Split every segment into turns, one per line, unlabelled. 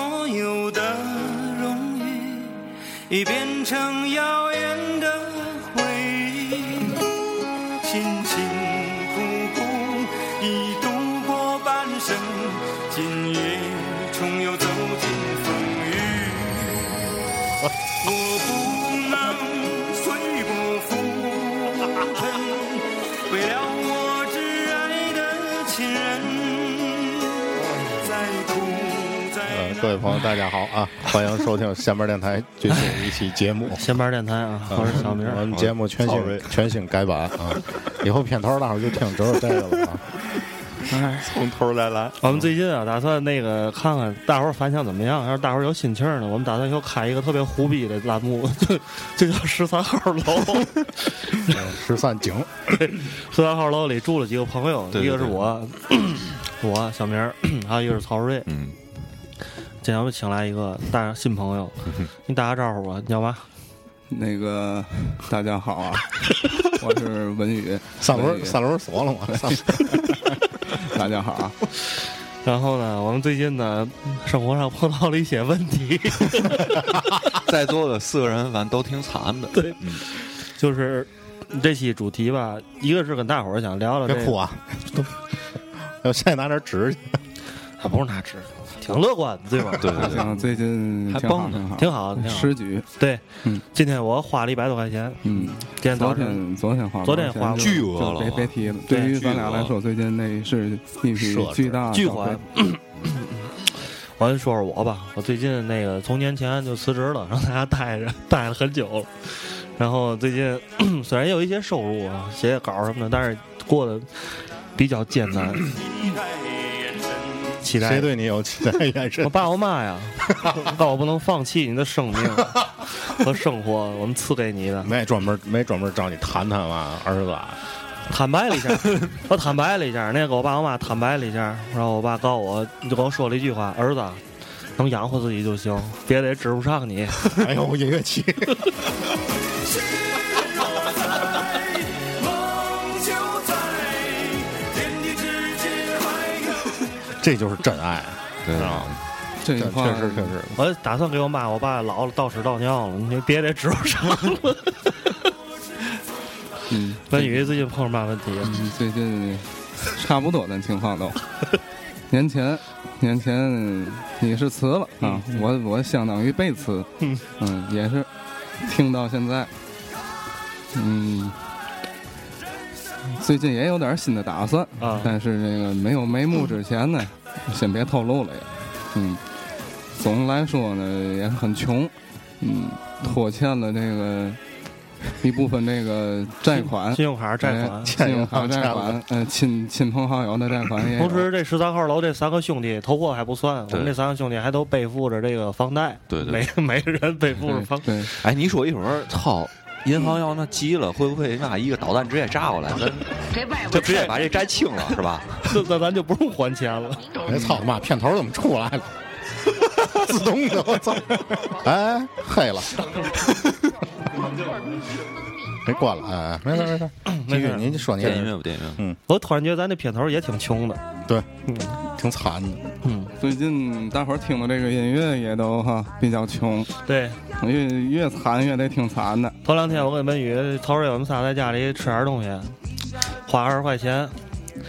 后的荣誉已变成遥远的回忆，辛辛苦苦已度过半生，今夜重又走进风雨。我不能随波浮沉，为了我挚爱的亲人，再苦再
呃，
难。
各位朋友，大家好啊！欢迎收听下班电台最新一期节目。
闲班电台啊，我是小明。
我们节目全新全新改版啊！以后片头大伙儿就听只有这个了啊！
从头来来。
我们最近啊，打算那个看看大伙儿反响怎么样。要是大伙儿有心气儿呢，我们打算又开一个特别胡逼的栏目，就就叫十三号楼。
十三井，
十三号楼里住了几个朋友，
对对
一个是我， 我小明儿，还有一个是曹睿。
嗯，
今天我们请来一个大新朋友，你打个招呼吧，你叫嘛？
那个呃大家好啊，我是文宇，
三
文
轮
宇
三轮锁了吗？三轮
大家好啊，
然后呢，我们最近呢，生活上碰到了一些问题，
在座的四个人反正都挺惨的。对，
就是这期主题吧，一个是跟大伙儿想聊聊、这
别
个，
哭啊！要现在拿点纸去，
还不是拿纸，挺乐观的，对吧？
对对对，
像最近
还
挺好
蹦呢
挺
挺好
好，
的，挺好的。
吃局，
对，
嗯
今天我花了一百多块钱，
嗯，
今天
昨
早晨
天昨天花了，
昨天花了
现在就
巨额了
就别别提了。
对
对于咱
巨额
俩来说，最近那是一笔
设置
巨大的
巨
消费
款。 我先说说我吧，我最近那个从年前就辞职了，让大家待着，待了很久了。然后最近 虽然有一些收入啊，写写稿什么的，但是过得比较艰 难。期待
谁对你有期待眼神
我？爸我妈呀，但我不能放弃你的生命和生活，我们赐给你的。
没专门没专门找你谈谈吗，儿子啊？
坦白了一下，我坦白了一下，那个我爸我妈坦白了一下，然后我爸告诉我，你就跟我说了一句话：“儿子，能养活自己就行，别的也指不上你。
哎呦，音乐器，
梦就在天地之间，还有
这就是真爱，
对
知道吗？
这
这
句话
确实确实，”
我打算给我妈我爸姥姥倒屎倒尿了，你别的也指不上了。
嗯，
文宇最近碰上嘛问题？啊
嗯最近差不多的情况都。 年前，年前你是辞了啊，我我相当于被辞，
嗯
嗯，也是听到现在，嗯，最近也有点新的打算
啊
但是这个没有眉目之前呢，先别透露了也，嗯，总的来说呢也是很穷，嗯，拖欠了这个一部分这个债款，
信用卡债款
哎。信用卡债款，呃，亲亲朋好友的债款也有
同时，这十三号楼这三个兄弟头货还不算，我们这三个兄弟还都背负着这个房贷，
对对
每每个人背负着
对
房，
对，
哎，你说一会儿，操，银行要那急了，会不会那一个导弹直接炸过来，咱
给外
就
国
直接把这摘清了，是吧？
那 那咱就不用还钱了。
哎操他妈，片头怎么出来了？ 自动的，我操！哎，黑了， 给关了，哎，没事没事，继续，您说您
电音乐不电音乐？
我突然觉得咱这片头也挺穷的，
对，挺惨的，
嗯，
最近大伙儿听的这个音乐也都哈比较穷，
对。
越越惨越得挺惨的。
头两天我跟文宇、曹睿我们仨在家里吃点东西，花二十块钱。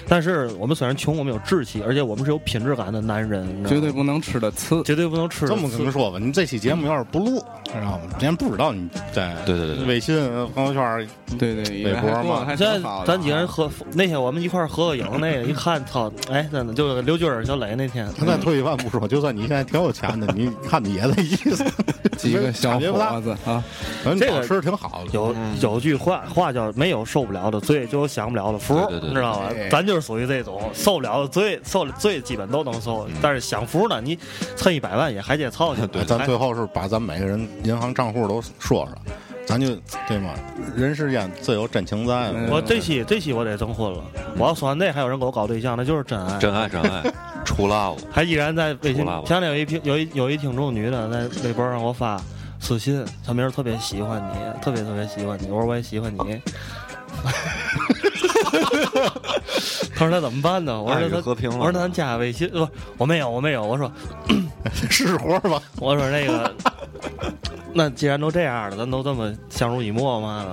但是我们虽然穷，我们有志气，而且我们是有品质感的男人，你知道吗
啊
绝对不能吃的次，
绝对不能吃
这么跟
次
您说吧，你这期节目要是不录，知道吗？人家不知道你在
对对对对
微信朋友圈
对对，以
微
为
博嘛
还过得还
现
挺
在
好的
咱几个人合那天我们一块儿合个影，那个一看，操，哎，真的就是刘军儿、小磊那天，
咱再退一万步说，就算你现在挺有钱的，你看你也这意思，
几个小
感觉不大
伙，子啊，
你
这个
保持挺好的，
有有句话话叫没有受不了的罪，就有享不了的福，
对对对
你知道吧
对？
咱就是属于这种受不了的罪，受罪基本都能受，但是享福呢，你趁一百万也还得操去。
对，啊咱最后是把咱每个人银行账户都说说，咱就对吗？人世间自有真情在
嗯
嘛。
我这期这期我得征婚了，我要说完那还有人给我搞对象，那就是真爱。
真爱真爱，除了我，
还依然在微信
出来吧，
前两天有一听有一有一听众女的在微博让我发私信，小明儿特别喜欢你，特别 特别喜欢你，我说我也喜欢你。他说那怎么办呢？我说
暗
那
语
他
和平了
我说那咱加微信，不，我没有，我没有。我说
是活吧？
我说那个，那既然都这样了，咱都这么相濡以沫嘛，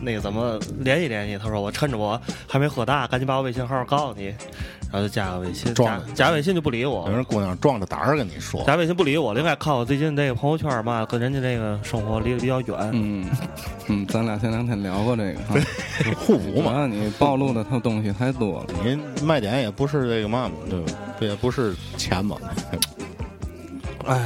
那个怎么联系联系？他说我趁着我还没喝大，赶紧把我微信号告诉你，然后就加个微信，
撞
加
了嗯
加微信就不理我
有，人姑娘壮着胆儿跟你说，
加微信不理我了，应该看我最近这个朋友圈嘛，跟人家这个生活离得比较远，
嗯嗯，咱俩前两天聊过这个哈，
互补
主
嘛。
要你暴露的他东西太多了，
您卖点也不是这个嘛嘛，对吧？不也不是钱嘛。
哎呀，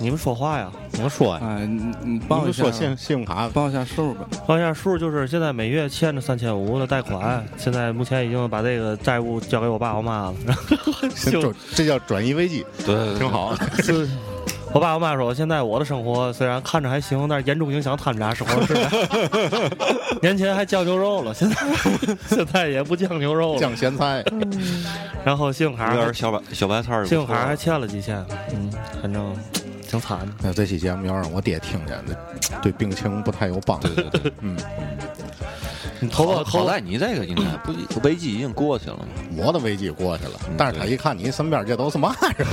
你们说话呀！
我说呀，
哎，你你
你
报
不
一
说
下，
信信用卡
报一下数吧。
报一下数，就是现在每月欠着三千五的贷款，现在目前已经把这个债务交给我爸 我妈了。 然后
这
就
这叫转移危机，
对对，
挺 好。
是，我爸我妈说，现在我的生活虽然看着还行，但是严重影响他们俩生活质量。年前还酱牛肉了，现在现在也不酱牛肉了。
酱咸菜，
然后信用卡
有点小白小白菜儿。
信用卡还欠了几千，嗯，反正挺惨的。
那这期节目要让我爹听见，这对病情不太有帮助。嗯，
你投
好
保投
好在你这个应该不危机已经过去了嘛，
我的危机过去了
嗯，
但是他一看你身边这都是嘛人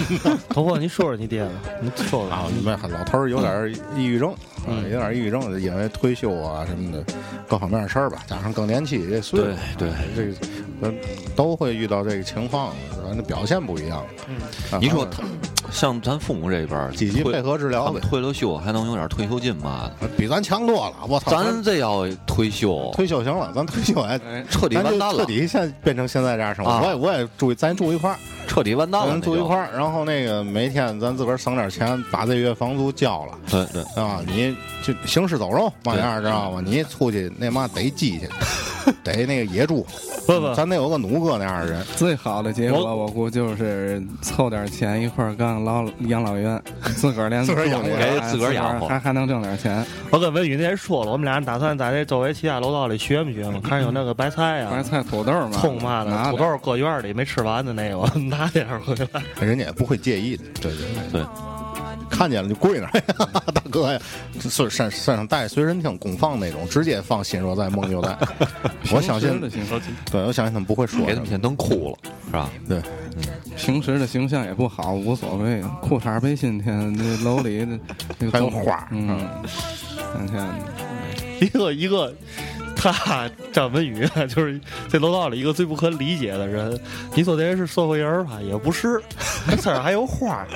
投保，你说说你爹吧，你说说。
啊，你们老头儿有点抑郁症，啊
嗯
有点抑郁症，因为退休啊什么的各方面的事儿吧，加上更年期这岁数，
对对
哎这个呃都会遇到这个情况，反正表现不一样。
嗯
啊
你说他像咱父母这边儿
积极
退
配合治疗
他
呗
们，退了休还能有点退休金嘛？
比咱强多了。我操，
咱这要退休，
退休行了，咱退休哎。
哎，
彻底
咱
完
就
蛋
彻
了，
底现在变成现在这样生活，
啊
我也我也住咱住一块儿，
彻底完蛋了，
咱住一块
儿。
儿，然后那个每天咱自个儿省点钱，把这月房租交了，
对对，
啊，你就行尸走肉嘛
对
样儿，知道吗？你出去那嘛逮鸡去，逮那个野 猪，
不不，
咱得有个弩哥那样的人，
最好的结
我
果我估就是凑点钱一块儿干老养老院， 自个儿连
自个儿养
住
活啊
哎
给
自
自个儿养活
还还能挣点钱。
我跟文宇那天说了，我们俩人打算在这周围其他楼道里学没学嘛，看有那个白菜啊、
白菜、土豆嘛，
葱嘛的，
拿
土
点儿
豆搁院里没吃完的那个，我 拿点儿回来。
人家也不会介意的。对对
对，
看见了就跪那儿， 大哥呀，是身身上带随身听，公放那种，直接放《心若在，梦就在》。 我相
平时
信
的，形
对，我相信他们不会说
给
什
他们
么。
先弄哭了，是吧？
对，
平时的形象也不好，无所谓，裤衩背心天，那楼 里的那个
还有
都
花儿啊
嗯，三天
一个一个，他张文宇啊就是这楼道里一个最不可理解的人。你说这人是社会人儿吧，也不是，他身上还有花儿，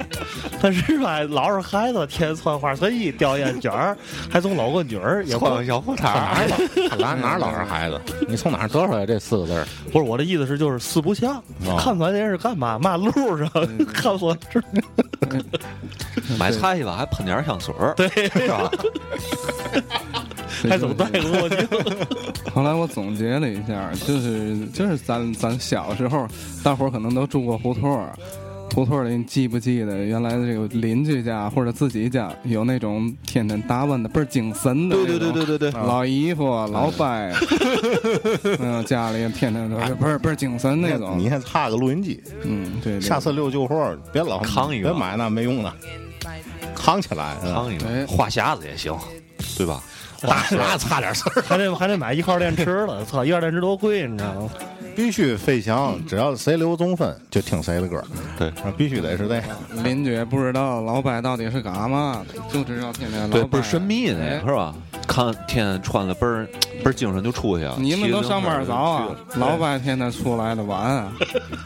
但是吧，老是孩子天天穿花衬衣、叼烟卷儿，还总搂个女儿，也不
呃
换个小裤衩
哪
儿，
儿老啊 哪哪儿老是孩子？你从哪儿得出来这四个字儿？
不是我的意思是就是四不像，
哦
看出来这人是干嘛嘛路上， 看我这
买菜去吧，还喷点儿香水儿，
对，
是吧？
还总戴个墨镜。
后来我总结了一下，就是就是咱咱小时候，大伙儿可能都住过胡同儿，胡同里你记不记得原来的这个邻居家或者自己家有那种天天打扮的倍儿精神的，
对对对对。对对，
老姨夫、老 伯，嗯，家里天天都是倍儿倍儿精神那
你
哎
种，
还差个录音机。
嗯，对，对
下次遛旧货，别老
扛一个
别买那没用的，扛起来。嗯
尝一
哎
个花匣子也行，对吧？
大那差点事儿，
还得还得买一号电池了，操，一号电池多贵，你知道吗？
必须费翔，只要谁留中分就听谁的歌，
对，
必须得是这样。
邻居也不知道老伯到底是干嘛的，就知道天天老
对，
伯
倍儿神秘那
哎
个是吧？看天天穿的倍儿倍儿精神就出去了。
你们
骑
都
自行
上
车
班
就
早啊
去了，
老白天的出来的晚 啊，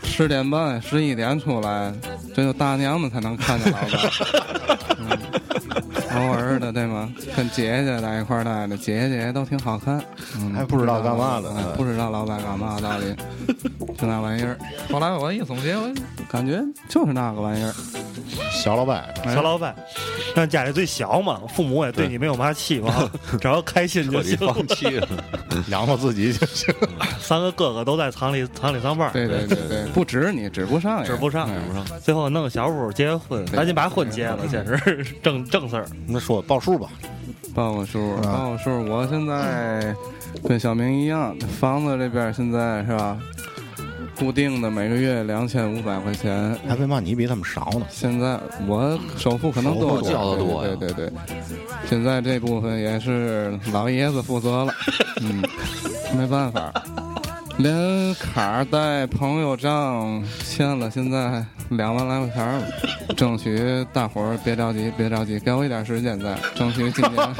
十点半、十一点出来，只有大娘们才能看见老 白。嗯，偶尔的对吗？跟姐姐在一块儿待着，姐姐都挺好看，嗯、
还不知道干嘛的
哎不知道老白干嘛到底，就那玩意儿。 后来我一总结，我感觉就是那个玩意儿。
小老板，
小老板，哎让家里最小嘛，父母也对你没有嘛期 望，只要开心就
彻底
行。
放弃 了。
养活自己就 行。
三个哥哥都在厂里厂里上班，
对对对对，不止你，指不上也，
指不上
哎
不上
最后弄个小屋结个婚，赶紧把婚结了，简直是正正事儿。
那说报数吧，
嗯
报个数，
啊
报个数。我现在跟小明一样，房子这边现在是吧，固定的每个月两千五百块钱。
还为嘛你比他们少呢？
现在我首付可能
首
多
付
点
交得多
对
呀
对对对。现在 这部分也是老爷子负责了，嗯，没办法。连卡儿带朋友账欠了，现在两万来块钱儿了。争取大伙儿别着急，别着急，给我一点时间再争取今年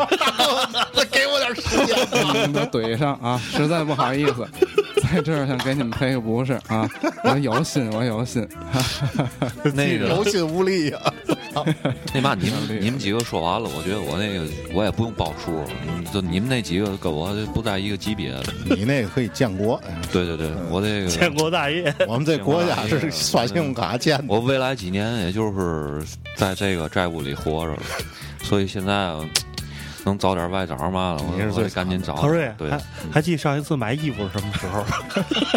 再给我点时间。
你们都怼上啊！实在不好意思，在这儿想给你们赔个不是啊！我有心，我有心。
那个
有心无力呀、
那嘛，你们你们几个说完了，我觉得我那个我也不用报数，你们就你们那几个跟我不在一个级别的。
你那个可以建国，哎
对对对，我这
建
个
国大业，
我们这国家是刷信用卡建的。
我未来几年也就是在这个债务里活着了，所以现在嗯能早点外找嘛了，
你是
我
最
我得赶紧找
陶瑞，
对，
还还记得上一次买衣服是什么时候？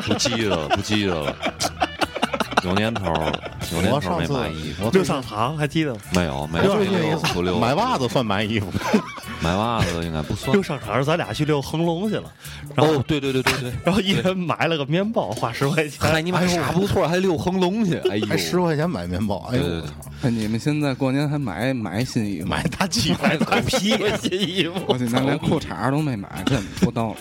不记得了，不记得了，有年头了，有年
我
头
上
没
次
买衣服，
我
六上堂还记得吗？
没有没
我
有，
最近
没
一
有不
次
溜
买袜子算买衣服，
买袜子应该不算
六。上堂是咱俩去遛恒隆去了，然后
哦，对对对对对，
然后一人买了个面包，花十块钱。
嗨，你买啥不错，还遛恒隆去，哎呦，
还十块钱买面包，哎
对
呦，
对
我
对
操，
哎， 你们现在过年还买买新衣服？
买大鸡
买
买
个屁新衣服，
我今年连裤衩儿都没 买，真不逗了。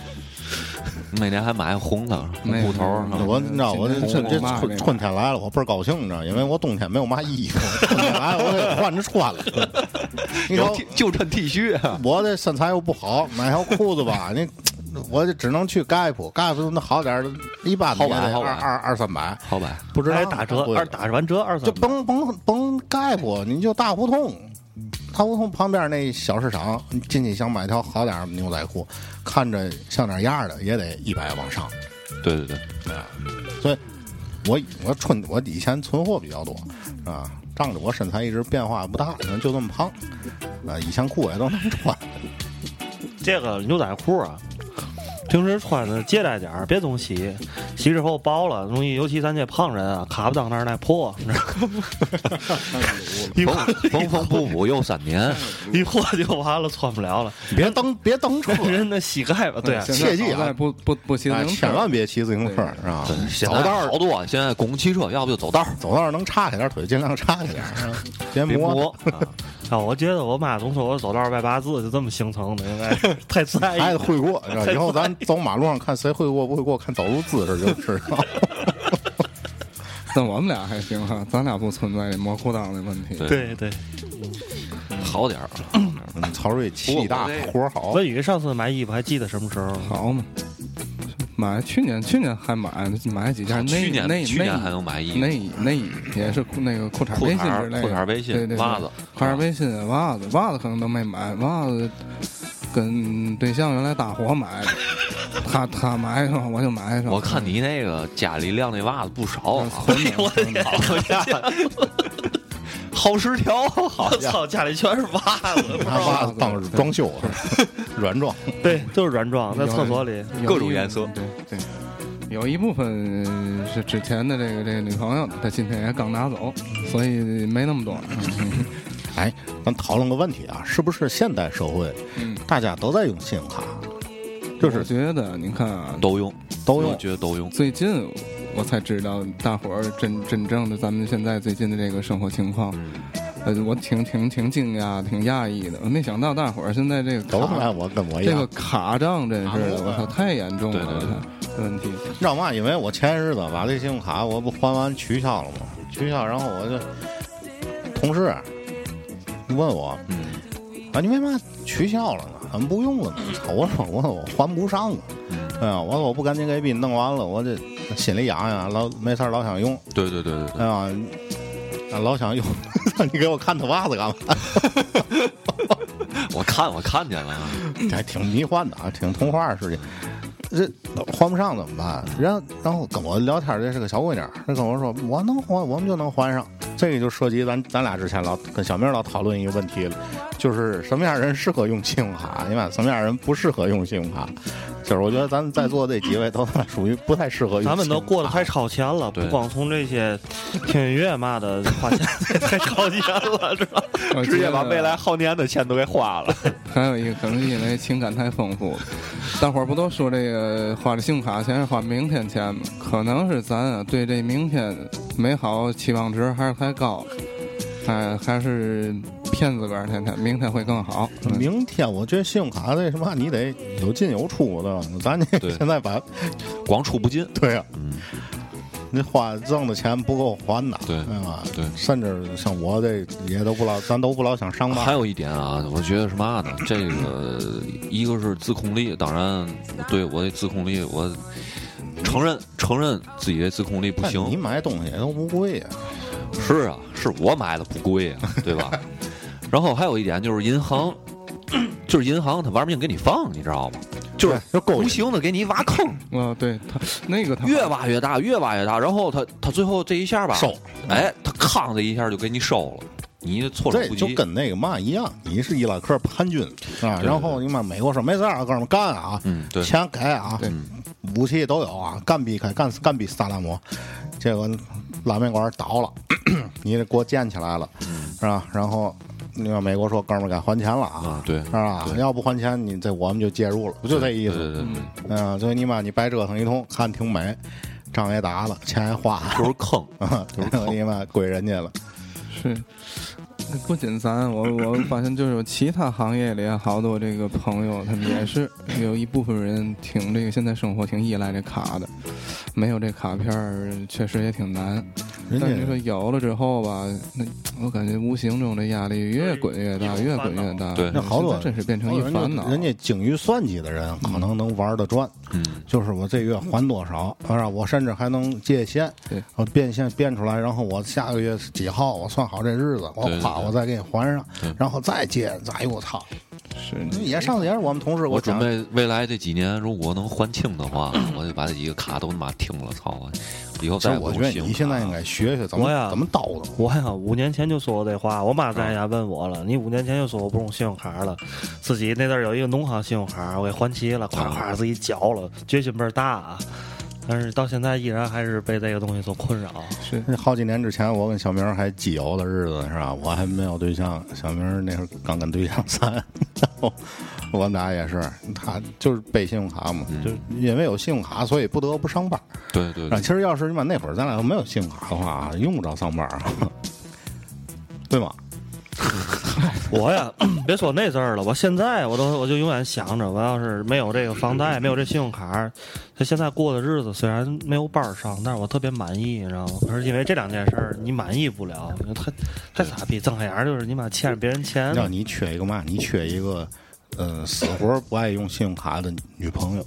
每年还买红的
没有
裤头儿
没有
呢。
啊我你知道我这这这
我妈
春
这
春天来了，我倍儿高兴，你知道，因为我冬天没有嘛衣服，春天来了我得换着穿了。你说
就穿 T 恤啊，
我这身材又不好，买条裤子吧，那我就只能去盖普，盖普那好点儿的，一般的
好
也
买
得
好
二
买
二二三百，
好吧，
不知道
还打折
贵，
二打完折二三
就
百。
甭甭甭盖普，你就大胡同，大胡同旁边那小市场，你进去想买条好点儿牛仔裤，看着像点样儿的也得一百往上。
对对对，嗯
所以我我春我以前存货比较多啊，仗着我身材一直变化不大，可能就这么胖啊，以前裤也都能 穿。
这个牛仔裤啊，平时穿的借代点儿，别总洗，洗之后薄了，容易尤其咱这胖人啊，卡不当那儿那 破，你知道吗一破
缝缝缝补补又三年，
一破就完了，穿不了了。
别蹬别蹬 车，
人的膝盖吧，对啊，
现在
切记啊
好在不不不骑自
哎
行车
千万别骑自行车是吧？
现
走
在
道儿
好多，啊现在公共汽车要不就走道儿，
走道儿能岔开点儿腿，尽量岔开点儿，别
嗯别
磨。
摸。啊
啊，我觉得我妈总说我走道儿外八字，就这么形成的，应 该是太在
孩子
意了。
会过，是吧以后咱走马路上看谁会过不会过，看走路姿势就知道。
但我们俩还行哈，咱俩不存在这磨裤裆的问题。
对
对对，
好点儿， 啊
嗯曹睿气大
不过我这
活儿好，
文宇上次买衣服还记得什么时候吗？
好嘛，买去年去年还买买几件内
啊去年
内
去年还能买衣服
内衣内衣也是裤那个裤衩
裤
背
衩
心之
儿、
类
裤衩
的
儿，背
对
心、
对
袜子、啊
裤衩背心、袜子袜子可能都没买，袜子跟对象原来大伙买的，他他买一双我就买一双。
我看你那个家里晾那袜子不少
嗯
啊，
存着呢存着呢
好十 条，好
我操，家里全是袜 子。
他爸当时装修啊 软装，
对，就是软装，啊在厕所里。
有
各种
一
颜色
对对，有一部分呃是之前的这个这个女朋友的，她今天也刚拿走，所以没那么多。嗯
哎，咱讨论个问题啊，是不是现代社会
嗯，
大家都在用信用卡？嗯就
我
是
觉得你看啊，
都用，
都
我
用，
觉得都用。
最近我才知道大伙儿真真正的咱们现在最近的这个生活情况，
嗯，
呃，我挺挺挺惊讶、挺讶异的，我没想到大伙儿现在这个
都他妈
卡
我跟我一
这
样
个。卡账真是
卡
的，
住
我操，太严重了，
对对对
这个问题。
你知道嘛？因为我前些日子把这信用卡我不还完取消了吗？取消，然后我就同事问我
嗯，
啊，你为嘛取消了呢？怎么不用了
嗯
呢？操我说我我还不上啊！哎呀，我说我不赶紧给斌弄完了，我这心里痒痒，老没事儿老想用，
对对对对对
哎，呀，啊老想用， 你给我看他袜子干嘛？
我看我看见了啊，
这还挺迷幻的啊，挺童话的事情。这还不上怎么办？然后然后跟我聊天的是个小姑娘，她跟我说我能还，我们就能还上。这个就涉及咱咱俩之前老跟小明老讨论一个问题了，就是什么样人适合用信用卡，你看什么样人不适合用信用卡。就是我觉得咱们在座这几位都属于不太适合用信用卡。
咱们都过得太超前了，
对
不光从这些听音乐嘛的花钱 太超前了，是吧？
我觉得
耗年的钱都给花了。
还有一个可能是因为情感太丰富了，大伙儿不都说这个花这信用卡钱是花明天钱吗？可能是咱啊对这明天美好期望值还是太高，还还是骗自个儿，天天明天会更好。嗯
明天我觉得信用卡这什么，你得有进有出的，咱这
对
现在把
光出不进。
对呀、
嗯，
你花挣的钱不够还的，
对
对吧？
对
甚至像我这也都不老，咱都不老想上
还
班。
有一点啊，我觉得是嘛呢？这个一个是自控力，当然对我的自控力，我承认承认自己的自控力不
但你
行。
买东西也都不贵呀、
是啊，是我买的不贵啊，对吧？然后还有一点就是银行，就是银行他玩命给你放，你知道吗？就是
哎就够
无形的给你挖坑，
哦，对他那个他
越挖越大，越挖越大。然后他他最后这一下吧，
收，
哎，他康的一下就给你收了，你措手
这
不
就
及。
跟那个嘛一样，你是伊拉克叛军啊，
对
然后你妈美国说没事儿啊，哥们儿干啊，
嗯，对，
钱给啊
对，
武器都有啊，干比开干干比萨达姆，结果拉面馆倒 了，你得给我建起来了，
嗯
是吧？然后那个美国说哥们儿该还钱了啊
啊，，对，
是吧？
对
要不还钱，你这我们就介入了，不就这意
对对
思？
对对，
嗯，所以你妈你白折腾一通，看挺美，仗也打了，钱也花了，
就是坑。
然后你妈归人家了，
是，不仅咱，我我发现就是有其他行业里好多这个朋友，他们也是有一部分人挺这个现在生活挺依赖这卡的，没有这卡片儿确实也挺难。
人
但是说
家
有了之后吧，那我感觉无形中的压力越滚越大，
对
越滚越大。
对
那好多
现在真是变成一
人
烦恼。
家人家精于算计的人，可能能玩得转。
嗯，
就是我这月还多少，啊，我甚至还能借现，
对
我变现变出来，然后我下个月几号，我算好这日子，我
对对
夸
对嗯
我再给你还上
对，
然后再借，哎呦我操！
是
也上次也是我们同事给
嗯我准
讲，
备未来这几年如果能还清的话，我就把这几个卡都他妈停了，操！以后
其
再
实
也不啊
我
用
觉得
信
你
用
现在
卡
应
了
该学学怎
我
么
呀
怎么叨叨。
我呀，五年前就说我这话，我妈在家问我了，你五年前就说我不用信用卡了，自己那阵儿有一个农行信用卡，我给还齐了，咵咵自己缴了，决心倍儿大啊！但是到现在依然还是被这个东西所困扰。
是
那好几年之前，我跟小明还基友的日子是吧？我还没有对象，小明那会儿刚跟对象散， 然后我们俩也是，他就是背信用卡嘛，
嗯
就是因为有信用卡，所以不得不上班。
对对
啊，
对
其实要是你把那会儿咱俩要没有信用卡的话啊，用不着上班儿，啊 对
嗯
吗？
我呀， 别说那阵儿了，我现在我都我就永远想着，我要是没有这个房贷，没有这信用卡，他现在过的日子虽然没有班儿上，但是我特别满意，你知道吗？可是因为这两件事儿，你满意不了，太太傻逼，睁开眼儿就是你妈欠着别人钱。
要你缺一个嘛，你缺一个，呃，死活儿不爱用信用卡的女朋 友。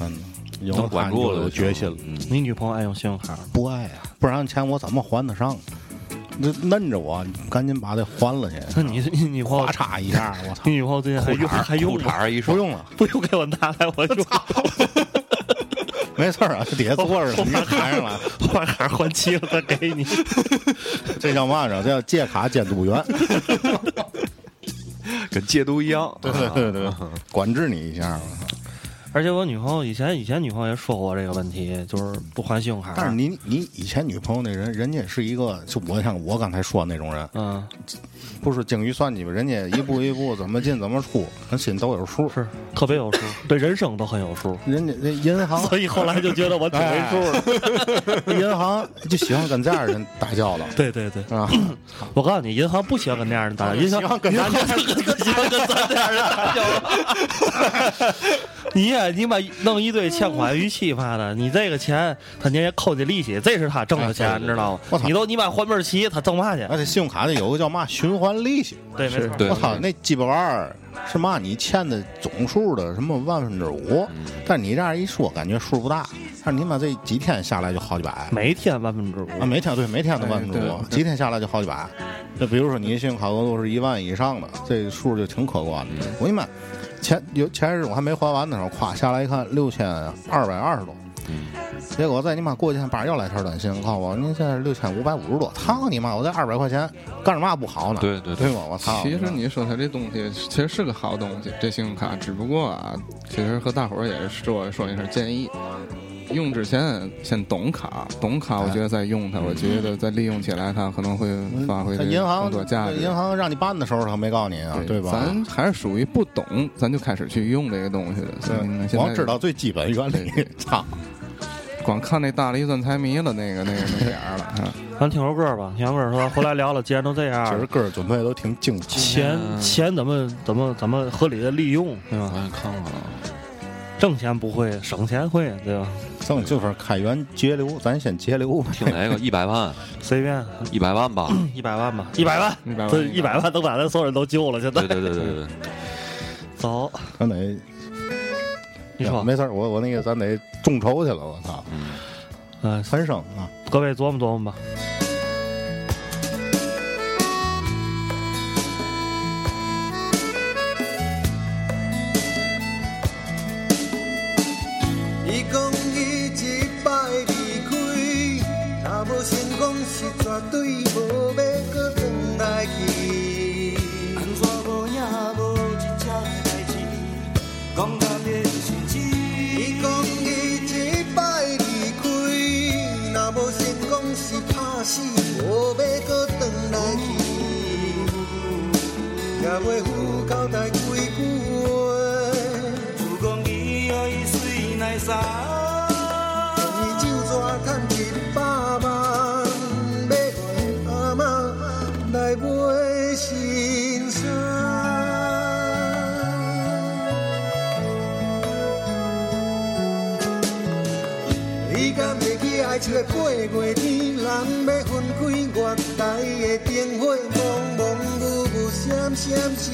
嗯，有了
能管
她
住
你就
了
有
就
决心了
行，嗯
你女朋友爱用信用卡吗？
不爱啊，不然钱我怎么还得上？那摁着我，赶紧把它还了去，
那你你女朋友
咔，嚓一下，我操
你，女朋友最近还用还用
裤衩
吗？
儿一
不
收，
用了，
不用给我拿来， 我用，
没事儿啊，底下坐 着呢，你还上来，
我把卡还齐了再给你。
这叫嘛着？这叫借卡监督员，
跟戒毒一样。对对对对，
管制你一下。
而且我女朋友以前以前女朋友也说过这个问题，就是不还信用卡。
但是你你以前女朋友那人，人家是一个，就我像我刚才说的那种人，
嗯，
不是精于算计吧？人家一步一步怎么进怎么出，人心都有数。
是特别有数，对人生都很有 数。
人家那银 行，
所以后来就觉得我挺没数 的。
银行就喜欢跟这样的人打交道
对对对，
啊。
我告诉你，银行不喜欢跟那样的打，银行
喜欢跟咱
银行就跟喜欢跟咱这样的打交道。 你呀、你把弄一堆欠款逾期嘛的，你这个钱他年也扣你利息，这是他挣的
哎
钱，
对对
你知道吗
我？操
你都你把还本齐，他挣嘛去？
而且信用卡里有个叫嘛循环利息，
哎对，没错。
对
我操，那鸡巴玩意儿是嘛？你欠的总数的什么万分之五，
嗯
但你这样一说，感觉数不大，但是你妈这几天下来就好几百。
每天万分之五，
啊，每天对每天都万分之
哎对
五，
对
几天下来就好几百。那比如说你信用卡额度是一万以上的，这数就挺可观的。我跟你妈，前有前日我还没还完的时候，咵下来一看六千二百二十多，
嗯
结果在你妈过几天把又来条短信，告诉我您现在六千五百五十多，操你妈！我这二百块钱干嘛不好呢？
对对对
对吗？我操！
其实你说它这东西其实是个好东西，这信用卡，只不过啊，其实和大伙儿也是说说一声建议，用之前先懂卡，懂卡，
哎
我觉得再用它，我觉得再利用起来它可能会发挥
他
这
嗯银
个
行
更多价值。
银行让你办的时候他没告诉你啊，对吧？
咱还是属于不懂，嗯咱就开始去用这个东西的。所以呢现
我
在
知道最基本原理，操！
光看那大力钻财迷了，那个那个那点儿了啊。
咱听首歌吧。听首歌说，回来聊了，既然都这样
其实
了，
歌儿准备都挺精彩。
钱
嗯
钱怎么怎么怎么合理的利用，对
我
吧？
也看过了，
挣钱不会，省钱会，对吧？
正就是开源节流，咱先节流吧。
听哪个一百万，
随便
一百万吧？
一百万吧，一百万，
一百万
这一百万都把咱所有人都救了。现在
对对对对对，
走，
咱得
你说，
没事儿，我我那个咱得众筹去了，我操，
嗯，
嗯，
翻身啊！
各位琢磨琢磨吧。
伊讲伊一摆离开，若无成功是绝对无要搁转来去。
安怎无影无真正的代志，讲到变心机。
伊讲伊一摆离开，若无成功是拍死无要搁转来去，也袂负交代几句话。
如讲伊爱水来啥？
伊酒桌赚一百万，买给阿嬷来买新衫。伊敢袂记爱一个八月天，人要分开，月台的灯火茫茫雾雾闪闪是。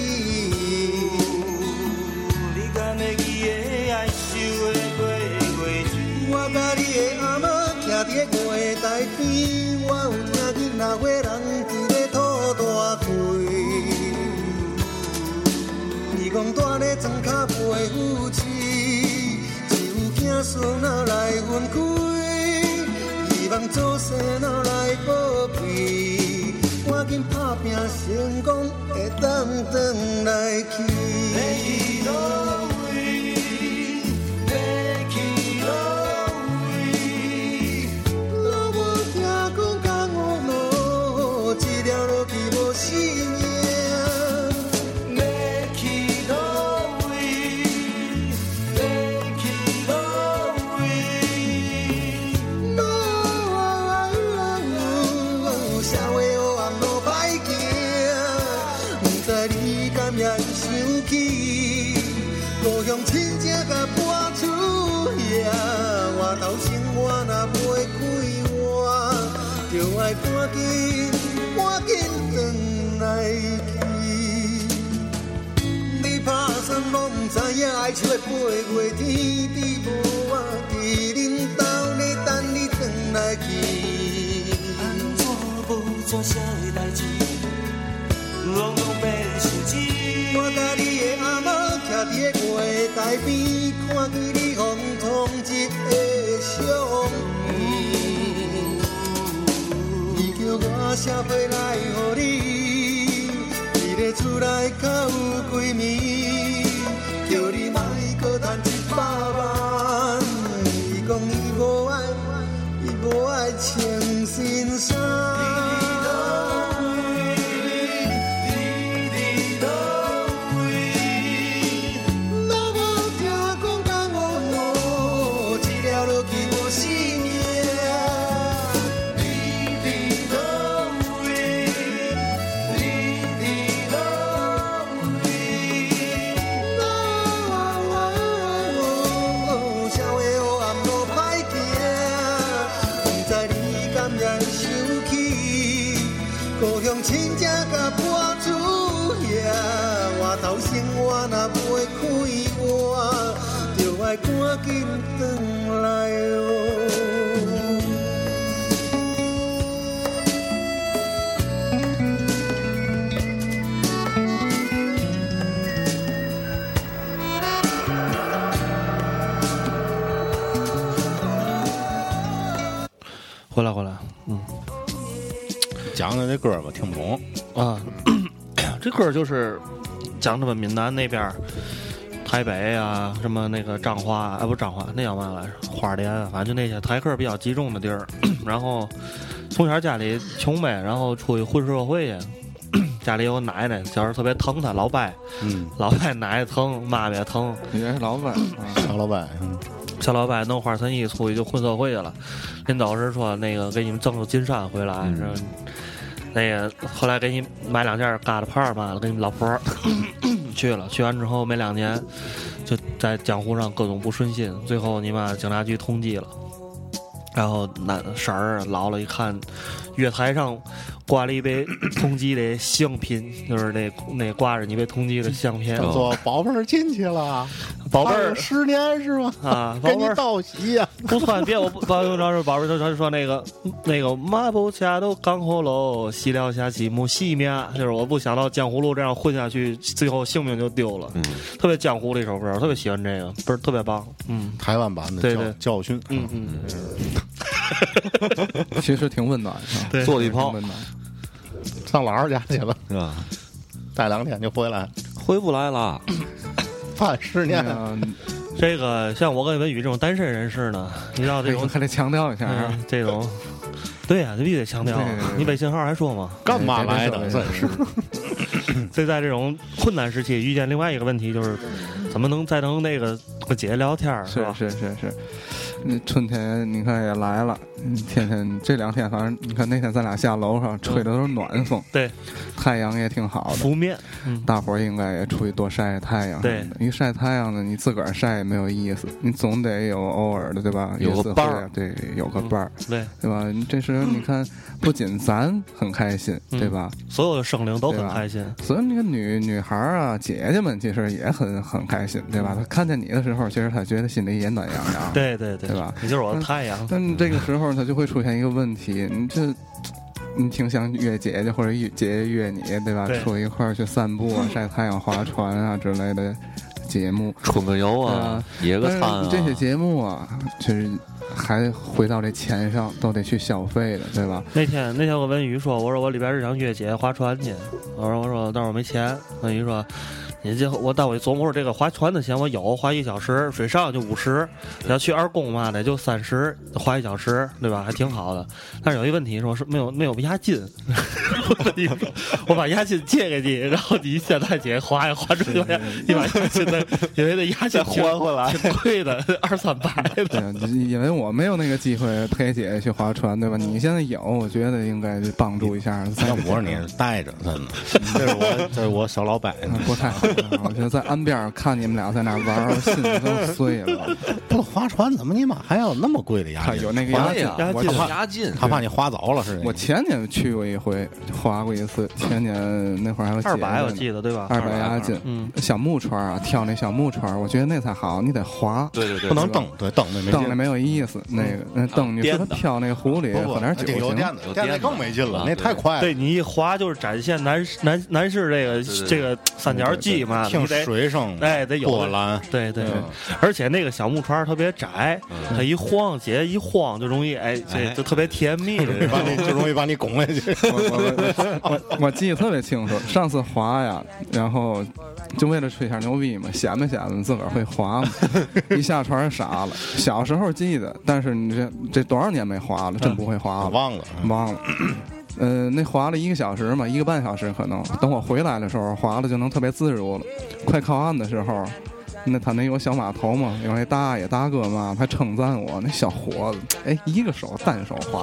你敢会记得爱守的八月天？
我甲你的阿嬷徛伫个月台边，我有听囡仔伙人伫咧吐大醉。伊讲住咧床脚袂赴试，只有囝孙仔来分开，希望祖先仔来保庇。赶紧打拼成功，会当转来去。老母听讲江湖路，一条路去无死命。要去倒位？要去倒位？社会黑暗路歹行，不知你敢也会想起故乡亲情甲搬厝遐，外头生活若袂快活，就爱赶紧赶紧转来去。你拍算拢不知影，爱笑的八月天，你无我伫恁兜咧等你转来去。
安怎无做啥的代志？拢拢变心机。
我甲你的阿嬷徛伫个月台边，看见你红通一个相片，伊叫我写批来互你，伫咧厝内较有几暝，叫你莫搁趁一百万，伊讲伊无爱，伊无爱穿新衫。老母听讲江湖路，一条路去无死命。你伫倒位？你伫倒位？老社会黑暗路歹行，不知你敢会想起故乡亲情甲伴厝遐，外头生活若袂快活，就爱赶紧转来哦。
回来回来，嗯
讲讲这歌儿吧，听不懂。
啊， 这歌就是讲他们闽南那边儿，台北啊，什么那个彰化啊，哎不是彰化，那叫嘛来着？花莲啊，反正就那些台客比较集中的地儿。 然后从小家里穷呗，然后出去混社会去。 家里有个奶奶，小时候特别疼她，老掰，
嗯，
老掰奶奶疼，妈也疼，
你这是老板啊，
小老板，嗯
小老板弄花生意出去就混社会去了。人导师说那个给你们赠个金山回来，
嗯
然后那个后来给你买两件疙瘩帕儿嘛的，给你们老婆儿去了。去完之后没两年，就在江湖上各种不顺心，最后你妈警察局通缉了。然后那婶儿老了一看，月台上挂了一杯通缉的相拼，就是那那挂着你被通缉的相片。
哦
做宝贝儿进去了，
宝贝儿
盼了十年是吗？
啊，宝
跟
贝
你
儿
道喜呀、
不穿别我不，宝贝儿说宝贝儿就说说那个那个马步恰都刚好喽，西料下起木西面，啊就是我不想到江湖路这样混下去，最后性命就丢了。
嗯，
特别江湖的一首歌，我特别喜欢这个，不是特别棒。嗯
台湾版的
对
教
对
教训，
嗯嗯，
其实挺温暖的，
对
做了一
挺
炮
温暖。
嗯上姥姥家去了，
是吧？
待两天就回来，
回不来了，
盼十年。
嗯那
这个像我跟文宇这种单身人士呢，你知道这
个
种
还得强调一下啊，
嗯这种，对呀、这必须得强调啊
对对对。对
你微信号还说吗？
干嘛来的？
对
真
对对
是
嗯
所以在这种困难时期，遇见另外一个问题就是，怎么能再能那个跟姐姐聊天儿
嗯是
吧？
是是是，那春天你看也来了，嗯天天这两天反正你看那天咱俩下楼上吹的都是暖风，
对，
太阳也挺好的，
拂面，嗯，
大伙儿应该也出去多晒晒太阳。
对，
一晒太阳呢，你自个儿晒也没有意思，你总得有偶尔的，对吧？
有个
一次会
伴儿
对，有个伴儿，
对，
对吧？你这时候你看，不仅咱很开心，
嗯
对吧？
所有的生灵都很开心。
所以那个女女孩儿啊，姐姐们其实也很很开心，对吧？她看见你的时候，其实她觉得心里也暖洋洋。
对对对
对吧
你就是我的太阳。
但这个时候他就会出现一个问题，你这。你挺想约姐姐或者约姐姐约你，对吧？
对
出一块儿去散步啊、晒太阳、划船啊之类的节目。
春个游啊，野个
但
餐啊
是，这些节目啊，就是还回到这钱上，都得去消费的，对吧？
那天那天我文宇说，我说我礼拜日想约姐姐划船去，我说我说但是我没钱。文宇说，你这我但我一琢磨我说这个划船的钱我有，划一小时，水上就五十，你要去二宫嘛的就三十，划一小时对吧？还挺好的。但是有一问题说是没有没有押金，我把押金借给你，然后你现在姐划也划出去，你把押金的因为那押金还回来挺贵的，二三百
对
的。
啊，因为我没有那个机会陪姐姐去划船，对吧？你现在有，我觉得应该帮助一下。
要不是你带着，真 的，这是我这是我小老百
啊
呢。
不太好啊，我觉得在岸边儿看你们俩在那儿玩儿，我心里都碎了。
不划船怎么你妈还要那么贵的
他
押金
有？那个
哎
押金
呀，
押
我
金
操押金，
他怕你划着了是？
我前年去过一回，划过一次。前年那会儿还有
二百我
姐
记得对吧？
二百押金，
嗯，
小木船啊，跳那小木船，我觉得那才好，你得划，
对对对，
不能蹬，对，蹬那没
蹬着
劲。嗯啊
没有意思。那个那蹬，你说他
颠的
跳那湖里
不不，
喝点酒
这有
行
垫
吗，
子，垫子更没劲了，
啊
那
对
太快了
对。你一划就是展现男男男士这个
对对
这个三角技嘛，
听啊
你得
水声，
哎得有
波澜。
对对
嗯，
而且那个小木船特别窄，它一晃姐一晃就容易哎，这
嗯哎
就特别甜 蜜的那
把
种。
你就容易把你拱下去，
我我我我我记得特别清楚，上次滑呀，然后。就为了吹一下牛逼嘛，显摆显摆自个儿会滑嘛，一下船傻了。小时候记得，但是你这这多少年没滑了，真不会滑
啊，
了。
忘了。
嗯
忘了。 呃，那滑了一个小时嘛，一个半小时可能。等我回来的时候，滑了就能特别自如了。快靠岸的时候，那他那有小码头嘛，有那大爷大哥嘛，还称赞我那小伙子，哎，一个手单手滑，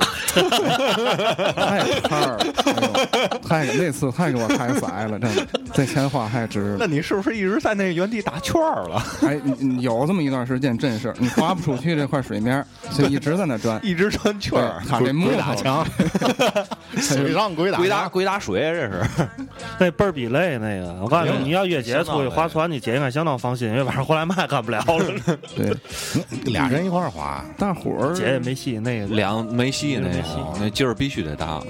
太胖了，哎呦太给那次太给我开塞了，真的，这钱花太值了。
你是不是一直在那原地打圈儿了？。
哎，你你有这么一段时间，真是你滑不出去这块水面儿，就一直在那转
一直转圈
对，卡这木
鬼
头
打，墙， 水上鬼打
鬼打
墙，
鬼打水，这是
那倍儿比累那个，我告诉
行
你，你要约姐出去划船，你姐应该相当放心，因为晚上回来嘛也干不了 了，
对，
俩人一块儿滑，
大伙儿
姐也没戏那个。
俩没戏那
没戏
个，那劲儿必须得大。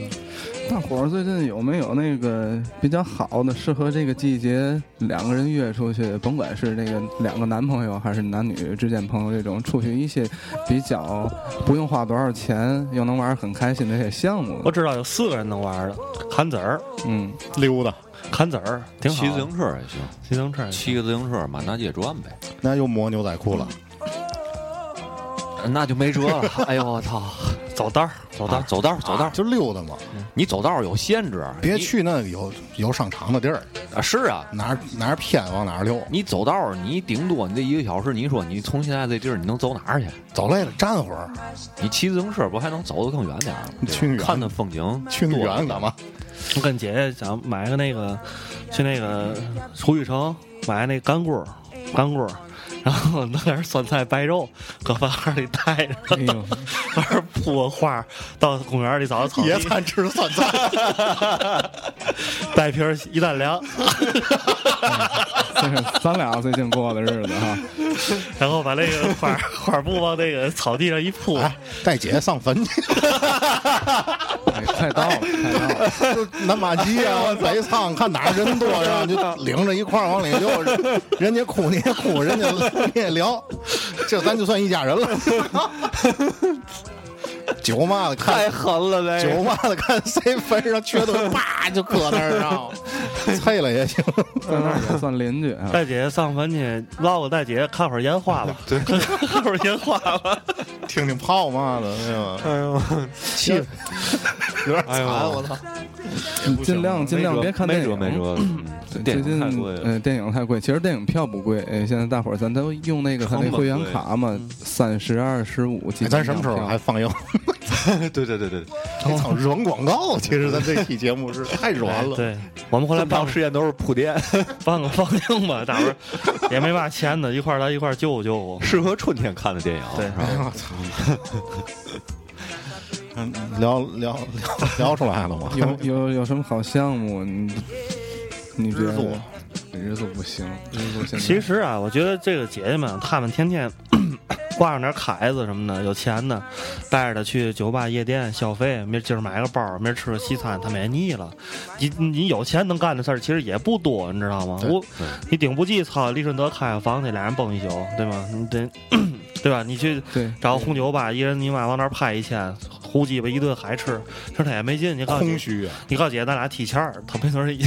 大伙儿最近有没有那个比较好的，适合这个季节两个人约出去，甭管是那个两个男朋友还是男女之间朋友这种，出去一些比较不用花多少钱又能玩儿很开心的一些项
我
目？
知道有四个人能玩的，砍子儿、
嗯，
溜达，
砍子儿，挺好。
骑自行车也行，
骑自行车也行，
骑个自行车满大街转呗，
那又磨牛仔裤了。
那就没辙了。哎呦我操，
走道儿，走道儿，
啊走道儿走道儿，
就溜达嘛，
你走道儿有限制，啊
别
你
去那有有商场的地儿，
啊！是啊，
哪儿哪儿偏往哪儿溜。
你走道儿，你顶多你这一个小时，你说你从现在这地儿你能走哪儿去？
走累了站会儿，
你骑自行车不还能走得更远点儿吗？对吧
去远
看的风景，
去那么远干嘛？
我跟姐姐想买个那个，去那个楚玉城买那干锅儿，干锅儿，然后弄点酸菜白肉，搁饭盒里带着，
哎呦，
完事儿铺个花儿，到公园里找个草
野
地，
餐吃酸菜，
带瓶儿一蛋粮，
这是咱俩最近过的日子哈。
然后把那个花儿花布往那个草地上一铺，
哎， 带姐上坟去，
哎，快到了，快到了，
就南 马街啊、北仓，看哪儿人多，然后 就领着一块儿往里溜，人人家哭你也哭，人家你也聊，这咱就算一家人了。酒嘛的看，
狠了呗
酒嘛的看谁坟上缺德，叭就搁那儿上，碎了也行。
在那儿也算邻居啊。
带姐姐上坟去唠个带姐姐看会儿烟花吧，对，看会儿烟花吧，
听听炮嘛的，对吧？
哎呦，
气，哎有点惨，我操！
尽量 尽量别看
没
电
辙
影，
没辙，
对
嗯电
最近
影太贵了。
呃，电影太贵，其实电影票不贵。哎，现在大伙儿咱都用那个他那会员卡嘛，
嗯
三十二十五。
哎咱什么时候还放映？
哎
对对对对，
一 场软广告，其实咱这期节目是太软了。
哎对，我们
后
后来
来
办
当
个
实验都是铺垫，
办个放映吧，大伙儿也没嘛钱的，一块儿来一块儿救救我。
适合春天看的电影。
对
是
哎
吧？
呦我操！嗯聊聊聊聊出来了吗？
有有有什么好项目？你你觉
日
得
作？
日作不行，日作现在
其实啊，我觉得这个姐姐们，她们天 天挂上点凯子什么的，有钱的，带着她去酒吧、夜店消费，明儿今儿买个包，明儿吃个西餐，她们也腻了。你你有钱能干的事儿其实也不多，你知道吗？
对
我你顶不济，操，利顺德开个房去，俩人蹦一宿，对吗？你得 对吧？你去
对
找个红酒吧，一人你妈往那儿拍一千，胡鸡巴一顿海吃，吃他也哎没劲。你告诉
空
你，
虚啊！
你告诉姐，咱俩踢毽儿，他没准儿一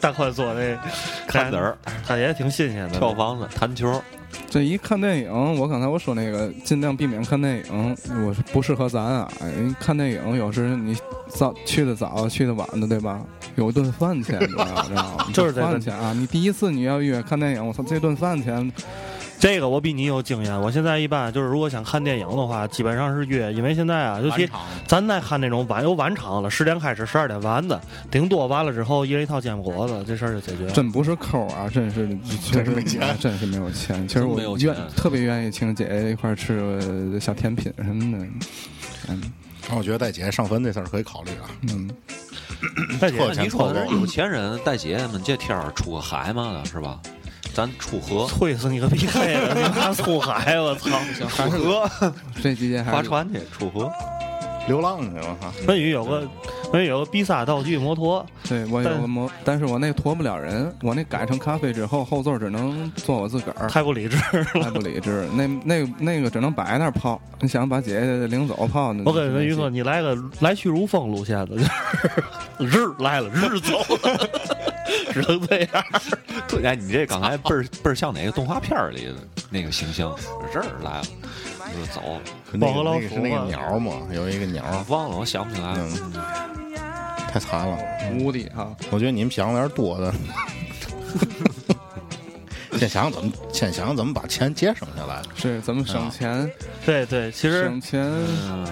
大宽说那
看子儿、
他也挺新 鲜的。
跳房子、弹球，
这一看电影，我刚才我说那个尽量避免看电影，我是不适合咱啊。哎看电影有时你早去的早，去的晚的，对吧？有一顿饭钱，你知道吗 知道吗？
就是这顿
饭钱啊！你第一次你要约看电影，我操，这顿饭钱
这个我比你有经验。我现在一般就是，如果想看电影的话，基本上是约，因为现在啊，尤其咱在看那种晚有晚场了，十点开始，十二点完的，顶多完了之后一人一套煎饼果子，这事儿就解决了。
真不是抠啊，真是确实没钱，真是没有钱。其实我
真没有
愿
钱
特别愿意请姐姐一块儿吃个小甜品什么的。嗯
那我觉得带姐上坟这事儿可以考虑啊。
嗯，
再解
特
决
钱
你说
凑够
人有钱人带姐姐们这天儿出个海嘛的是吧？咱出河
脆死你个 逼肺的！你妈出海，我操！
还是
河
这季节还
划
是
船去，出河
流浪去，我操！
文宇有个文宇有个必杀道具摩托，
对我有
但
个摩，但是我那驮不了人，我那改成咖啡之后，后座只能坐我自个 儿，
太不理智了。
太不理智。那那那个只能摆在那儿泡，你想把姐姐领走泡呢？
我跟文宇说，，你来个来去如风路线的，就是日来了，日走了，只能这样。
对，哎，你这刚才倍儿倍儿像哪个动画片儿里的那个形象，这儿来了，我就走
那
宝
个啊
和老
那个
鼠
是那个
嘛
鸟嘛，有一个鸟
啊，忘了，我想不起来了。
嗯太惨了。
无敌啊！
我觉得你们想的有点多的。 先想怎么，先想怎么把钱节省下来。
是咱们省钱，
对对，其实
省钱，
啊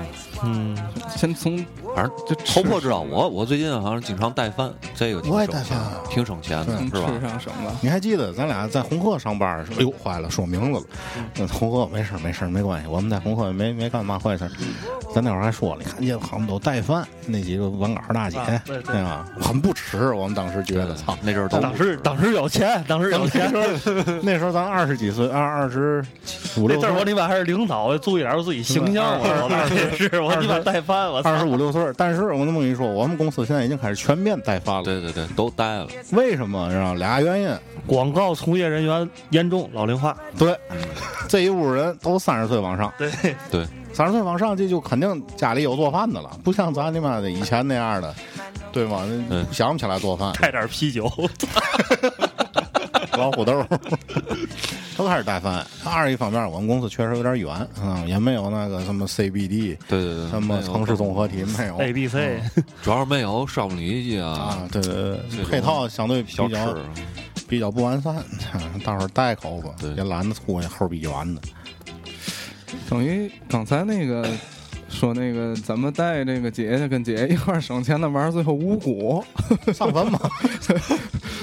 嗯，
嗯，
先从
反正
就
头破知道我，我最近好像经常带饭，这个挺
我也
省
带
钱
饭啊，
挺省钱的，
从
是
吃
吧？
上省吧。
你还记得咱俩在红鹤上班的时候？哎呦，坏了，说名字了。那红鹤没事儿没事儿没关系，我们在红鹤也没没干嘛坏事儿。咱那会儿还说了，你看见好像都带饭那几个文杆儿大姐，
啊对对
吧？很不耻，我们当时觉得操。
那阵儿都
当时当时有钱，当时有钱。
那时候咱二十几岁，二二十五
那
六
字儿我
岁，
里边还是领导，我注意点我自己形象，我操，那真是我你妈带饭，我操
二十五六岁儿。但是我那么跟你说，我们公司现在已经开始全面带饭了。
对对对，都带了。
为什么？知道俩原因。
广告从业人员严重老龄化，
对，这一屋人都三十岁往上，
对，
三十岁往上，这就肯定家里有做饭的了，不像咱他妈的以前那样的，对吗？那
嗯
想不起来做饭。
带点啤酒，
老虎豆， 都开始带饭。二一方面，我们公司确实有点远，嗯，也没有那个什么 CBD，
对对对，
什么城市综合体没有
A B C，
主要是没有上不离去啊，
啊，对对对，
这种
配套相对比
小吃
较比较不完善， 到时候带口吧
对，
也懒得出去后逼圆 的。
等于刚才那个说那个咱们带这个姐姐跟姐姐一块儿省钱的玩儿，最后无果，
上坟吗？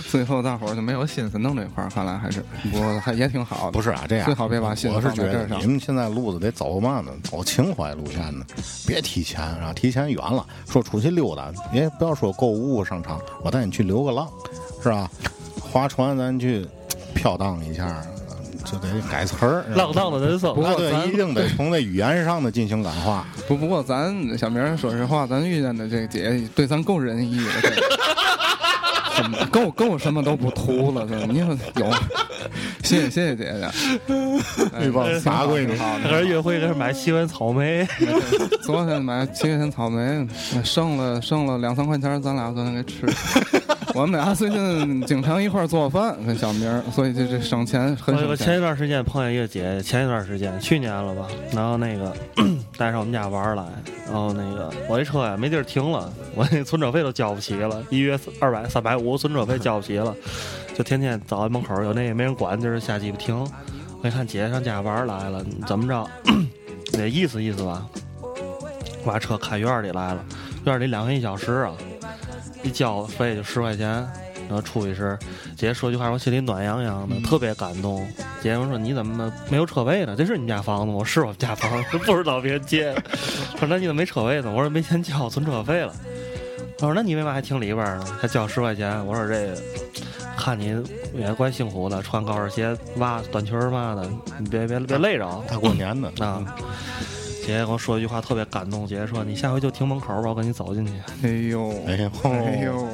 最后大伙儿就没有心思弄这块儿，看来还是不过还也挺好 的。
不是啊，这样
最好别把心
我是
放
觉
在这
得
儿上
你们现在路子得走嘛呢，走情怀路线呢，别提钱啊，提钱远了。说出去溜达，也不要说购物商场，我带你去流个浪，是吧？划船咱去飘荡一下，就得改词儿。是吧
浪荡的人生。
啊，
咱
对，一定得从那语言上的进行感化。
不不过咱小明儿说实话，咱遇见的这个姐姐对咱 够仁义 了，这个什么够够什么都不图了，这你说有，谢谢谢谢姐姐，
绿棒
哎
撒闺女
挺好
他
的
搁这约会，搁这买西湾草莓，
昨天买七块钱草莓，剩了剩了两三块钱，咱俩昨天给吃。我们俩最近经常一块儿做饭，跟小明儿，所以这这省钱很
我
省
我前
钱。
一段时间碰见一个姐姐，前一段时间去年了吧，然后那个 带上我们家玩儿来，然后那个我这车呀没地儿停了，我那存车费都交不起了，一月二百三百五存车费交不起了，就天天早上门口有那也没人管，就是瞎鸡巴停。我一看姐姐上家玩儿来了，怎么着 得意思意思吧，我把车开院儿里来了，院儿里两块一小时啊，一交费就十块钱，然后出去吃。姐姐说句话，我心里暖洋洋的，特别感动。姐姐说：“你怎么没有车位呢？这是你们家房子吗？”我是我们家房子， 不知道别人借。说：“那你怎么没车位呢？”我说：“没钱交存车费了。”我说：“那你为嘛还停里边儿呢？还交十块钱？”我说：“这个看你也怪辛苦的，穿高跟鞋、袜、短裙儿嘛的，你别别别累着。”
大过年的，
啊。姐姐跟我说一句话特别感动，姐姐说：“你下回就停门口吧，我跟你走进去。
哎呦
哎呦，
哎呦，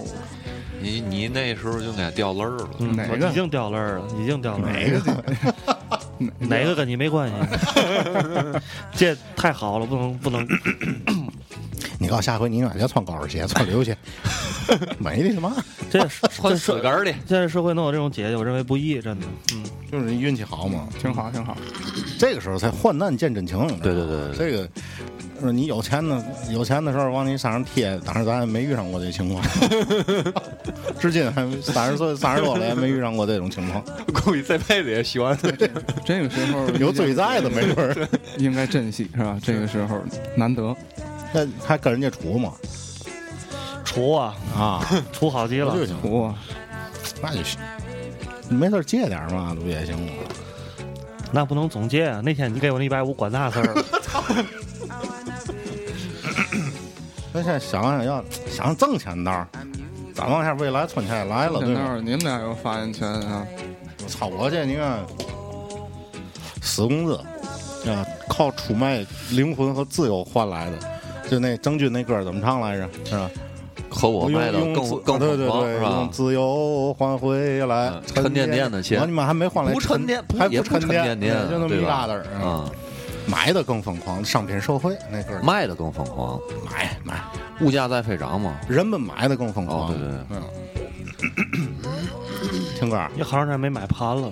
你你那时候就给它掉泪儿了”，
嗯
哪，
我
个
已经掉泪儿了，已经掉泪儿了。
哪
哪个跟你没关系？这太好了，不能不能。
你告诉下回你俩别穿高跟鞋，穿溜 鞋，没的嘛，
这是
换死杆儿的，
现在社会能有这种姐姐，我认为不易，真的。嗯，
就是运气好嘛。
挺好挺好，
这个时候才患难见真情。你知道吗
对对对对
这个说你有钱呢，有钱的时候往你身上贴，当然咱也没遇上过这情 况，至今还三十岁三十多了也没遇上过这种情 况，
估计这辈子也喜欢
这个时候
有嘴在的没准儿，
应该珍惜是吧？这个时候难得，
那还跟人家处嘛
处啊，
啊，
处好极
不
了
就。行，
哇，
那就行。你没事儿借点儿嘛，不也行吗？
那不能总结啊！那天你给我那一百五，管那事儿了。
那现在想想要想挣钱道儿，咱往下未来春天也来了，
现
对吧？
在你们俩有发言权啊！
操我这你看，死工资啊，靠出卖灵魂和自由换来的。就那郑钧那歌儿怎么唱来着？是吧？
和我卖的
用用自
更更
啊对
疯
对对，
狂是
用
吧？
自由换回来
嗯沉甸甸的钱
我你妈还没换来
不沉甸，
还
也
沉
沉
甸
甸
就那么
对
一
吧
拉子儿？啊
啊，
买的更疯狂，商品社会那歌儿
卖的更疯狂，
买买，
物价在飞涨嘛。
人们买的更疯狂。
哦，对对对，
对， 听歌儿，
你好长时间没买盘了，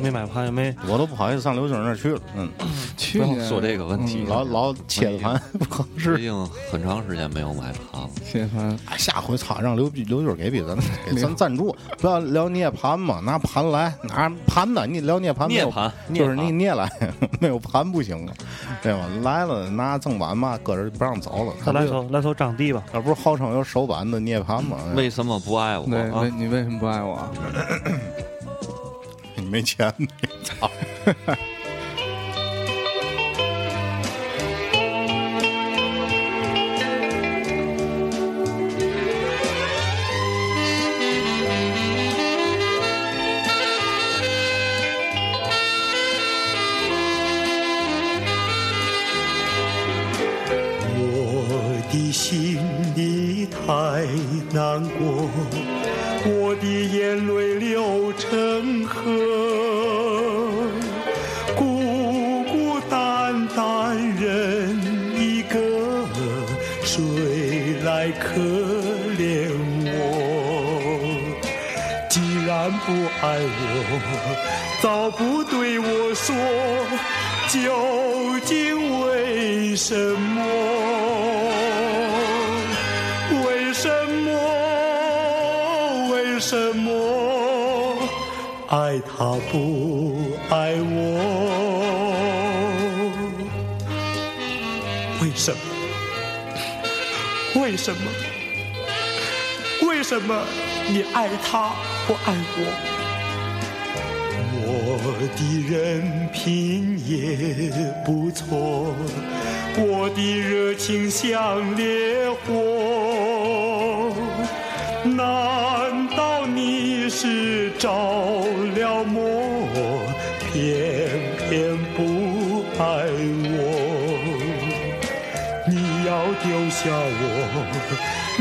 没买盘也没
我都不好意思上刘军那儿 去了。嗯，
去
不要
年
说这个问题，
老老切的盘 不合适。
已经很长时间没有买盘了。
嗯谢凡，
哎，下回操，让刘刘军给比咱给
没有
咱赞助，不要聊涅盘嘛，拿盘来，拿盘的，你聊涅盘没有
涅盘
就是
涅盘
你涅来， 没有盘不行啊，对吧？来了拿正版嘛，搁这儿不让走了，他
来
不
头来头张地吧。
他不是号称有首版的涅盘嘛？
为什么不爱我
对，
啊
为？你为什么不爱我？
哎你没钱，你操！
我的心里太难过，我的眼泪流成河，孤孤单单人一个，谁来可怜我？既然不爱我，早不对我说，究竟为什么？为什么？为什么？爱他不爱我？为什么？为什么？为什么你爱他不爱我？我的人品也不错，我的热情像烈火。难道你是着了魔，偏偏不爱我？你要丢下我，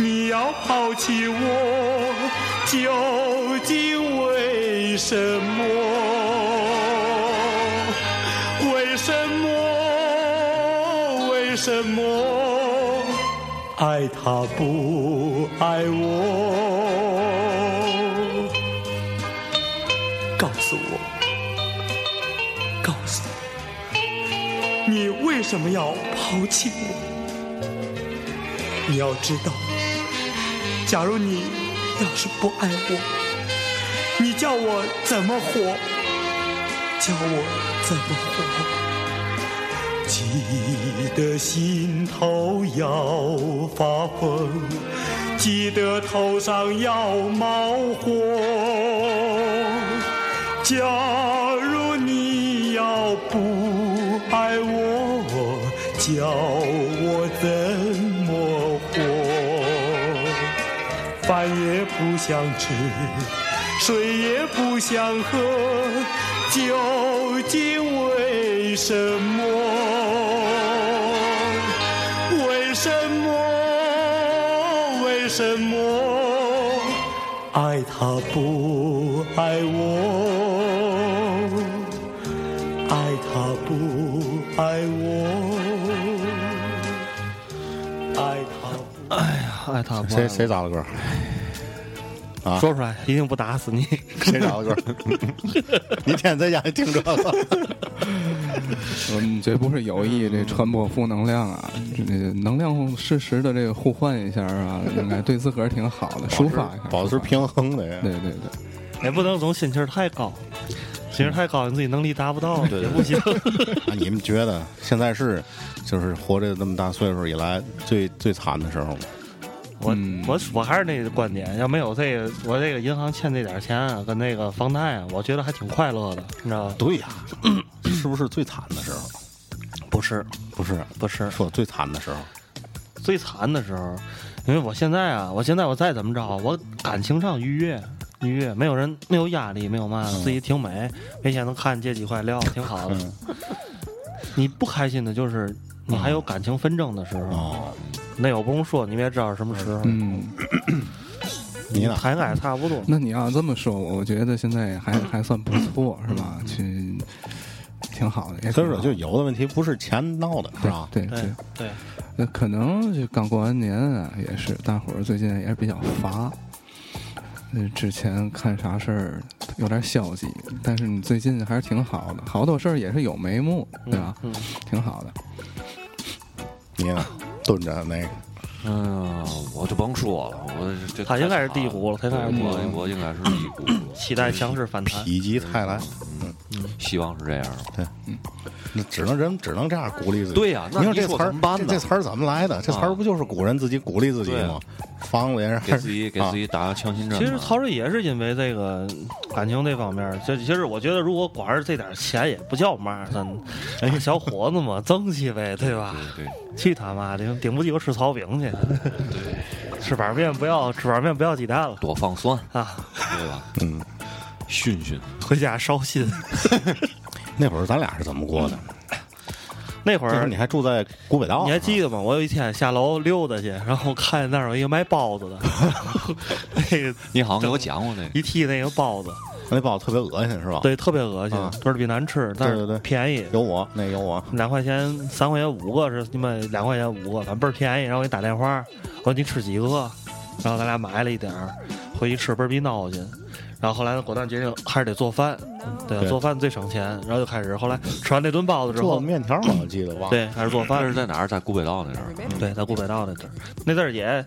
你要抛弃我，究竟为什么？为什么？为什么？爱他不爱我？告诉我，告诉我，你为什么要抛弃我？你要知道，假如你要是不爱我，你叫我怎么活？叫我怎么活？急得心头要发疯，急得头上要冒火。假如你要不爱我，叫我怎么活？饭也不想吃，水也不想喝，究竟为什么？为什么？为什么？爱他不爱我，爱他不爱我，爱他不爱
爱他不爱
谁
我
谁找的歌？啊
说出来，一定不打死你。
谁找的歌？ 你天天在家里听这 个，
我
嗯
们这不是有意这传播负能量啊，这能量适时的这个互换一下啊，应该对自个儿挺好 的，啊抒发一下，
保持平衡的呀。
对对对，
也不能总心气儿太高，心气儿太高，你自己能力达不到也不行。
啊，你们觉得现在是就是活着这么大岁数以来最最惨的时候吗？
我
嗯
我我还是那个观点，要没有这个，我这个银行欠这点钱啊跟那个房贷啊，我觉得还挺快乐的，你知道吧？
对呀、是不是最惨的时候？
不是，
不是，
不是
说最惨的时候，
最惨的时候，因为我现在啊，我现在我再怎么着，我感情上愉悦。愉悦，没有人，没有压力，没有嘛，自己挺美，每天能看这几块料，挺好的。你不开心的就是你还有感情纷争的时候，
哦，
那我不用说，你们也知道什么时候。
嗯，
你呢？
谈个也差不多。
那你要这么说，我觉得现在还还算不错，是吧？去挺好的，也
所以
挺
说，
好
嗯就啊有的问题不是钱闹的，是吧？
对
对
对，
对，
那可能就刚过完年啊，也是大伙儿最近也是比较乏。嗯，之前看啥事儿有点消极，但是你最近还是挺好的，好多事儿也是有眉目，对啊吧？
嗯
挺好的。
你呢？蹲着那个，
嗯，我就甭说了，我这
他应该是低谷了他应该是低谷
我我应该是低谷了，
期待强势反弹。
否极泰来，
希望是这样的。
那只能人只能这样鼓励自己。
对呀那
你说
你
这
说
词儿
怎么办
这
呢
这词儿怎么来的？这词儿不就是古人自己鼓励自己吗？房子也是
给自己给自己打个强心针
其
吧。
实曹睿也是因为这个感情这方面儿，这其实我觉得，如果光是这点钱也不叫嘛，咱人家小伙子嘛，争气呗，对吧？
对
去他妈的，顶不起我吃炒饼去， 吃板面不要吃板面不要鸡蛋了
多放蒜，
啊，
对吧？
嗯，
熏熏，
回家烧心。
那会儿咱俩是怎么过的？
那会
那会
儿
儿你还住在古北道，啊
你还记得吗？我有一天下楼溜达去，然后看见那儿有一个卖 包子的， 那个
你好像给我讲过那个。
一屉那个包子，
那包特别恶心是吧？，
对，特别恶心
啊，
倍儿比难吃，但
对对
是
对
便宜，
有我那有我，
两块钱三块钱五个是你们两块钱五个，反正倍儿便宜。然后我给你打电话，我说你吃几个，然后咱俩买了一点儿，回去吃倍儿比闹心。然后后来呢，果断决定还是得做饭，对，
对
做饭最省钱。然后就开始后来吃完那顿包子之
做
后，
面条嘛，我记得忘了。
对，还是做
那
饭
是。在哪儿？在古北道那阵儿。
对，在古北道那阵儿，那阵儿也，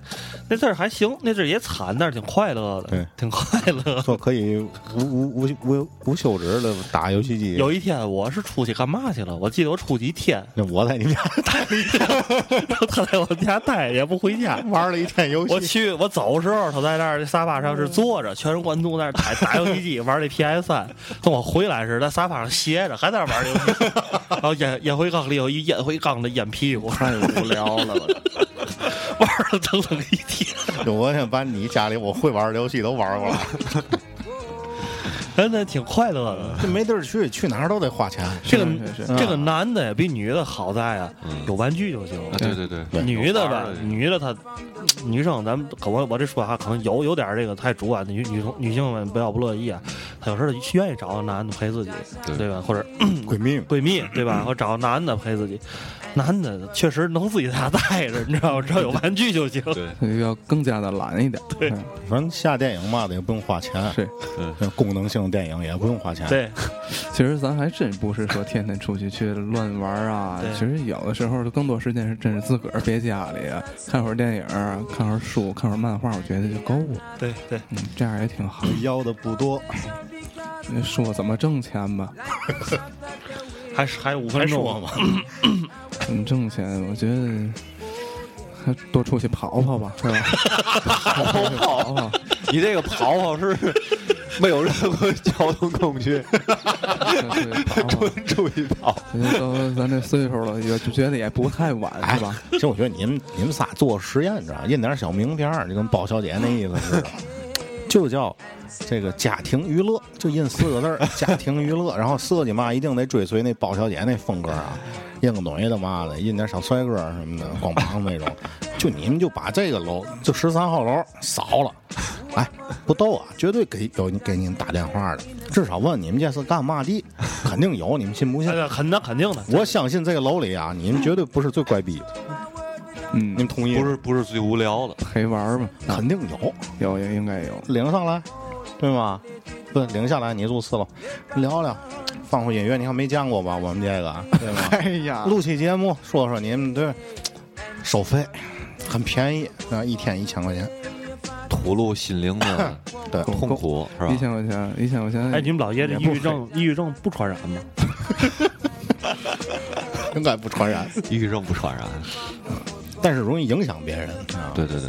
那阵儿还行，那阵儿也惨，但是挺快乐
对
的，挺快乐。
做可以无无无无无休止的打游戏机。
有一天我是出去干嘛去了？我记得我出去一天，
那我在你们家
待了一天， 他在我们家待着也不回家。
玩了一天游戏，
我去，我走的时候，他在那儿沙发上是坐着，全神贯注在那儿 打打游戏机，玩那 PS 三。等我回来时，在沙发上斜着，还在那儿玩游戏， 然后烟烟灰缸里有一烟灰缸的烟屁股，太无聊了， 玩了整整一天。
我想把你家里我会玩的游戏都玩过了，
真的挺快乐的。
这没地儿去，去哪儿都得花钱。
这个
是
是
这个男的比女的好在啊，有玩具就行。
啊，对对对，
对
女的吧
有玩儿的，
女的她，女生，咱们可我我这说话可能有有点这个太主观，女女同女性们不要不乐意啊。她有时候愿意找个男的陪自己，
对
对吧？或者
闺蜜
闺蜜，对吧？或者找个男的陪自己，男的确实能自己在家待着，你知道吗？只要有玩具就行。
对
所以要更加的懒一点。嗯对，
反正下电影嘛的也不用花钱，
是
那功能性电影也不用花钱。，
对，
其实咱还真不是说天天出去去乱玩啊
对，
其实有的时候更多时间是真是自个儿憋家里啊，看会儿电影儿，看会儿书，看会儿漫画，我觉得就够了。
对对，
嗯，这样也挺好。
要的不多，
那说怎么挣钱吧，
还是还有五分钟
嘛，
怎么挣钱？我觉得还多出去跑跑吧，是吧？跑跑跑，
你这个跑跑是没有任何交通工具，
多出去跑跑。
注意跑。
我觉得都咱这岁数了，也就觉得也不太晚，
哎
是吧？，
其实我觉得你们你们仨做实验，你知道吧，印点小名片儿，就跟包小姐那意思似的，就叫这个家庭娱乐，就印四个字儿，家庭娱乐。然后设计嘛，一定得追随那包小姐那风格啊，印个女的嘛的，印点小帅哥什么的，光膀子那种。就你们就把这个楼，就十三号楼扫了，哎，不逗啊，绝对给有给你们打电话的，至少问你们这是干嘛的，肯定有，你们信不信
哎？那肯那肯定的，
我相信这个楼里啊，你们绝对不是最乖逼的，你
嗯，
们同意吗？
不是不是最无聊的，
陪玩儿吧，啊
肯定有，
有也应该有。
领上来，对吗？不，领下来，你住四楼，聊聊，放放音乐，你看没见过吧？我们这个，对 吗？
哎呀
录期节目，说说你们对，收费很便宜，啊，一天一千块钱，
吐露心灵的
对，
痛苦是吧
一？千块钱，一千块钱。
哎，你们老爷这
也
抑
不
郁症，抑郁症不传染吗？
应该不传染，
抑郁症不传染，
但是容易影响别人啊。
对对对，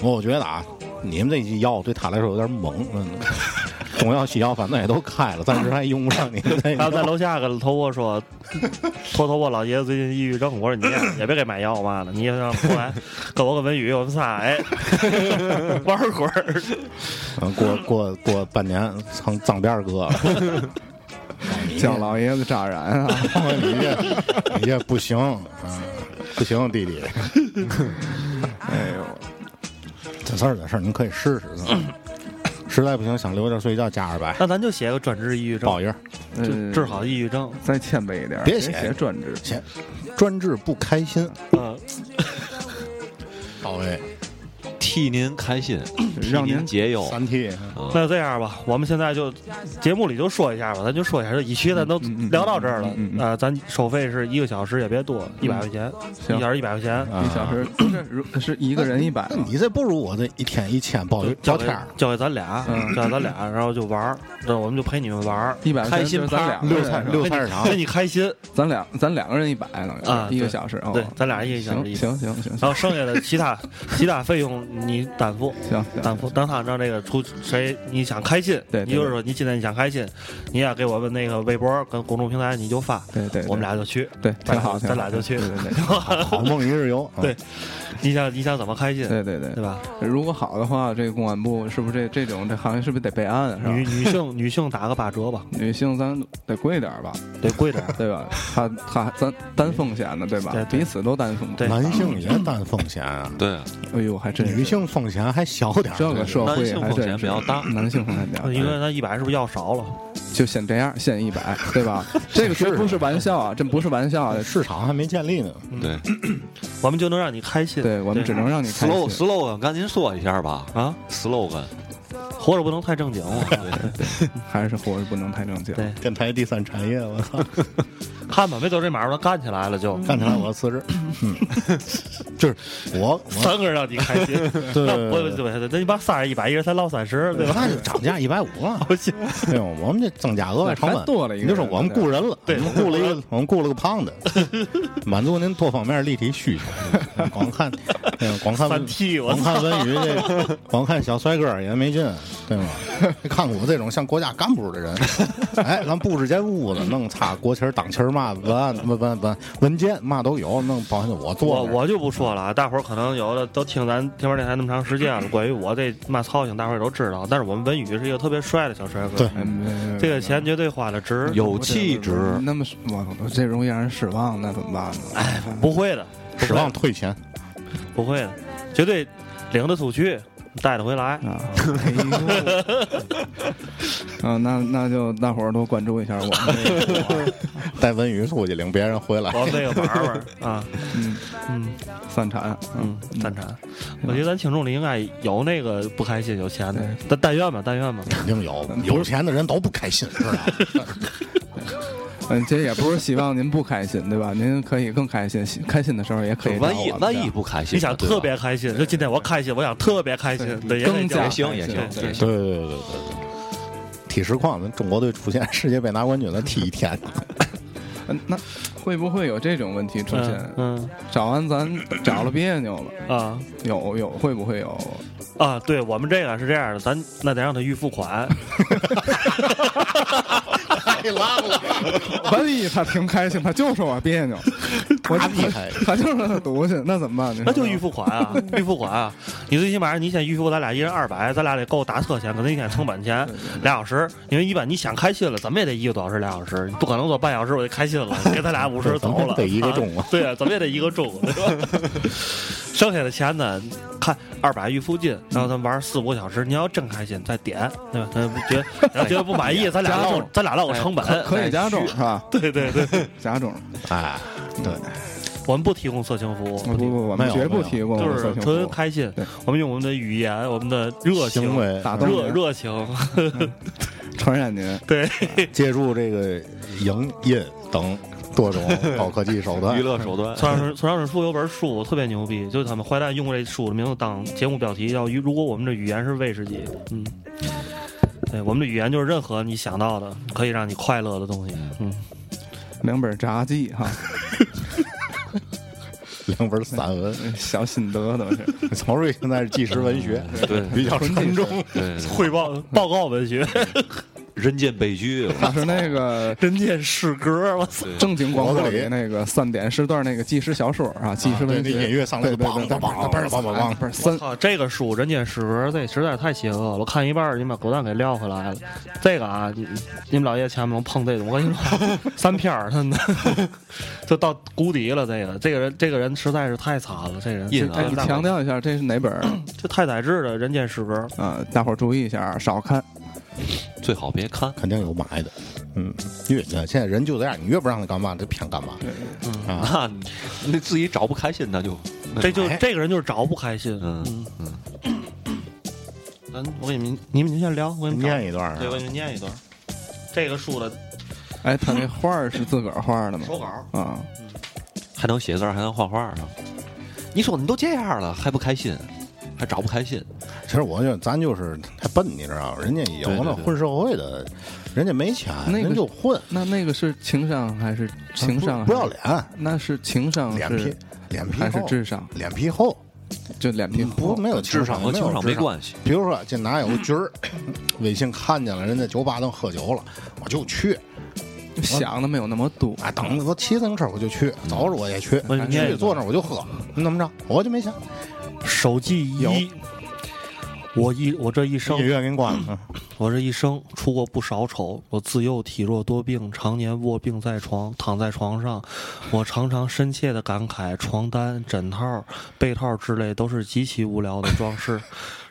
我觉得啊，你们这剂药对他来说有点猛，嗯， 中药西药反正也都开了，暂时还用不上你们这药
还有。在楼下跟头我说， 托托我老爷子最近抑郁症，我说你也 也别给买药嘛了，你也让过 来跟我跟文宇我们仨哎玩会儿。
嗯，过过过半年成脏辫儿哥了。
叫老爷子扎染啊！
你这你这不行，啊，不行，弟弟，
哎呦，
这事儿这事儿，您可以试试。实在不行，想留着睡觉加二百，
那咱就写个专治抑郁
报
症，
一儿，
呃
治治好抑郁症。
再谦卑一点，
别写
写专职。
钱，专治不开心。
嗯，
到位，
替您开心，替
让
您
您
解忧。
三 T，
那这样吧，我们现在就节目里就说一下吧，咱就说一下，这一期咱都
嗯嗯嗯
聊到这儿了
嗯嗯嗯，嗯嗯
呃，咱收费是一个小时也别多，一百块钱，
行
一小时一百块钱，
一小时不是如是一个人一百 吗？
哎你这不如我这一天一千包
就
包
交给
天儿。
交给咱俩，
嗯
交给咱俩，然后就玩儿，那我们就陪你们玩儿。
一百
开心
就是咱
趴
俩
六菜六菜市场
那，你开心，
咱俩咱两个人一百等于
啊
一个
对
小时哦
对，咱俩一个小时
行
一
行行行
然
行
后剩下的其他其他费用你担负，
行，
担负。当他按照这个出谁你想开心，
对对
你就是说你今天你想开心，你也给我们那个微博跟公众平台你就发，
对对，对
我们俩就去，
对
咱
挺好，挺好
咱俩就去
对对对
好梦一日游。啊
对你想你想怎么开心，
对对
对
对。
吧？
如果好的话，这个公安部是不是这这种这行业是不是得备案啊？是
女
吧？
女性女性打个八折吧，
女性咱得贵点儿吧，
得贵点儿。
对吧？她她咱担风险的，对吧
对？对
彼此都担风险。
对
男性也担风险啊，
对，
哎呦，还真是
女性风险还小点儿。
这个社
男
会
性
还
风
真
险
是
比较大
男性风险比较
因
大，
为咱一百是不是要少了？
就先这样，先一百，对吧？这个真不是玩笑啊，真不是玩笑啊！
市场还没建立呢，
对
我们就能让你开心。
对我们只能让你开
slogan
心。
slogan 赶紧说一下吧
啊，
，slogan
活着不能太正经了。
还是活着不能太正经。
对
电台第三产业，我操，
看吧，没走这码儿了，干起来了就。
干起来我要辞职。嗯， 就是我我
三个人让你开心，
对
那我对对对，那你把仨人一百，一人才捞三十，对吧？
那就涨价一百五 了，
不行，
对，我们这增加额外成本
还多了一个
你
人
就是我们雇人了，对，我们雇了一个，我们雇了个胖子，满足您多方面立体需求。 光看，嗯光看
三 T，我
光
操！
看文娱这，光看小帅哥也没劲，对吗？ 看我这种像国家干部的人，哎，咱布置间屋子，弄擦国旗儿、党旗儿嘛，文案、文文文文件嘛都有，弄保险我
我
做那儿。
我就不说了啊，大伙儿可能有的都听咱天猫电台那么长时间了，关于我这嘛操性，大伙儿也都知道。但是我们文宇是一个特别帅的小帅哥，
对
哎，没没
这个钱绝对花的值。
有气 质。
那么我我这容易让人失望，那怎么办呢？哎，
不会的，
指望退钱，
不会的，绝对领得出去，带得回来。
啊，哎呦，啊，那那就大伙儿多关注一下我们这个
带文娱出去领别人回来。
我们这个玩儿玩儿啊，
嗯
嗯
散产，
嗯，赞成。我觉得咱听众里应该有那个不开心有钱的
对，
但但愿吧，但愿吧。
肯定有有钱的人都不开心，是吧？
嗯，这也不是希望您不开心，对吧？您可以更开心，开心的时候也可以找
万一
我们
万一不开心
你
呢，
想
对
特
吧
别开心，就今天我开心，我想特别开心，对，也得
更
叫
加
也行也行
对
也行，
对对对对对对。体实况，咱中国队出现世界杯拿冠军，咱踢一天。
嗯那会不会有这种问题出现
嗯？嗯
找完咱找了别扭了，
啊
有有会不会有？
啊！对我们这个是这样的，咱那得让他预付 款，
太浪了，
万一他挺开心，他就说我别扭，我
大屁孩
他就说他毒气，那怎么办？你说
那就预付款啊，预付款啊！你最起码你先预付咱俩一人二百，咱俩得够打车钱，可能一天成本 钱俩小时，因为一般你想开心了，怎么也得一个多小时俩小时，你不可能说半小时我就开心了，给咱俩五 十走了，
得一个钟
啊
啊，
对啊，怎么也得一个钟，对吧？ 剩下的钱呢，看二百预付金，然后咱玩四五个小时，你要真开心再点，对吧？咱觉得然后觉得不满意，咱俩
加
唠
重哎
咱俩唠个成本，
可以加重是吧？
对对对，
加重，
哎，对，
我们不提供色情服务，
不
提供
不，我们
没有
绝不
没有
提供
就
色
是
情服
纯
务。
开心
对。
我们用我们的语言，我们的热情啊
行，为
打动
热
您
热情，
传染您，
对，
借助这个影音等多种高科技手段
娱，乐手段。
村上春村上春树有本书特别牛逼，就是他们坏蛋用过这书的名字当节目标题，叫“如果我们的语言是威士忌”。嗯，对，我们的语言就是任何你想到的可以让你快乐的东西。嗯，
两本杂技哈，
两本散文。
小心得的是。
曹睿现在是纪实文学，
对
比较沉重。
对，
汇报报告文学，
人间悲剧，
他是那个
人间诗歌，我操！
对
正经广播里那个三点时段那个纪实小说啊，纪实文
对
学，
那音乐上来就
对对
梆
对，
梆梆梆梆梆
不是三
靠，这个书《人间失格》这实在太邪恶了，我看一半儿，你把狗蛋给撂回来了。这个啊，你你们老爷前面能碰这种，我跟你说， 三篇儿真的就到谷底了。这个这个人这个人实在是太惨了，这人
印啊
这
哎，你强调一下这是哪本儿
这太宰治的《人间失格》，
啊？大伙儿注意一下啊，少看。
最好别看。
肯定有买的，嗯，越现在人就这样，你越不让他干嘛，他偏干嘛。
那那自己找不开心，那就
这就
哎
这个人就是找不开心。
嗯
嗯咱我给你们你们先聊，我给你们找
念一段啊
对，我给你们念一段。这个书的
哎，他那画儿是自个儿画的吗？
手稿，
啊，
还能写字儿，还能画画啊！你说你都这样了，还不开心，还找不开心？
其实我觉得咱就是太笨，你知道吗？人家有
对对
那
对
混社会的，人家没钱，
那个
人就混，
那那个是情商还是情商？
啊不不要，脸，
那是情商
脸皮
是
脸皮
还是
厚
智商？
脸皮厚，
就脸皮
不
厚。
没有
智哦商和
没有
情商没
智
关系。
比如说，这哪有个局儿，微信看见了，人在酒吧正喝酒了，我就去
想的没有那么多。
啊，等着我骑自行车我就去，走着我也去，
我给你念一
去
段
坐那儿我就喝，你怎么着？我就没钱，
手记一
有。
我一我这一生
音乐给你关了。嗯
我这一生出过不少丑，我自幼体弱多病，常年卧病在床，躺在床上，我常常深切的感慨，床单、枕套、被套之类都是极其无聊的装饰。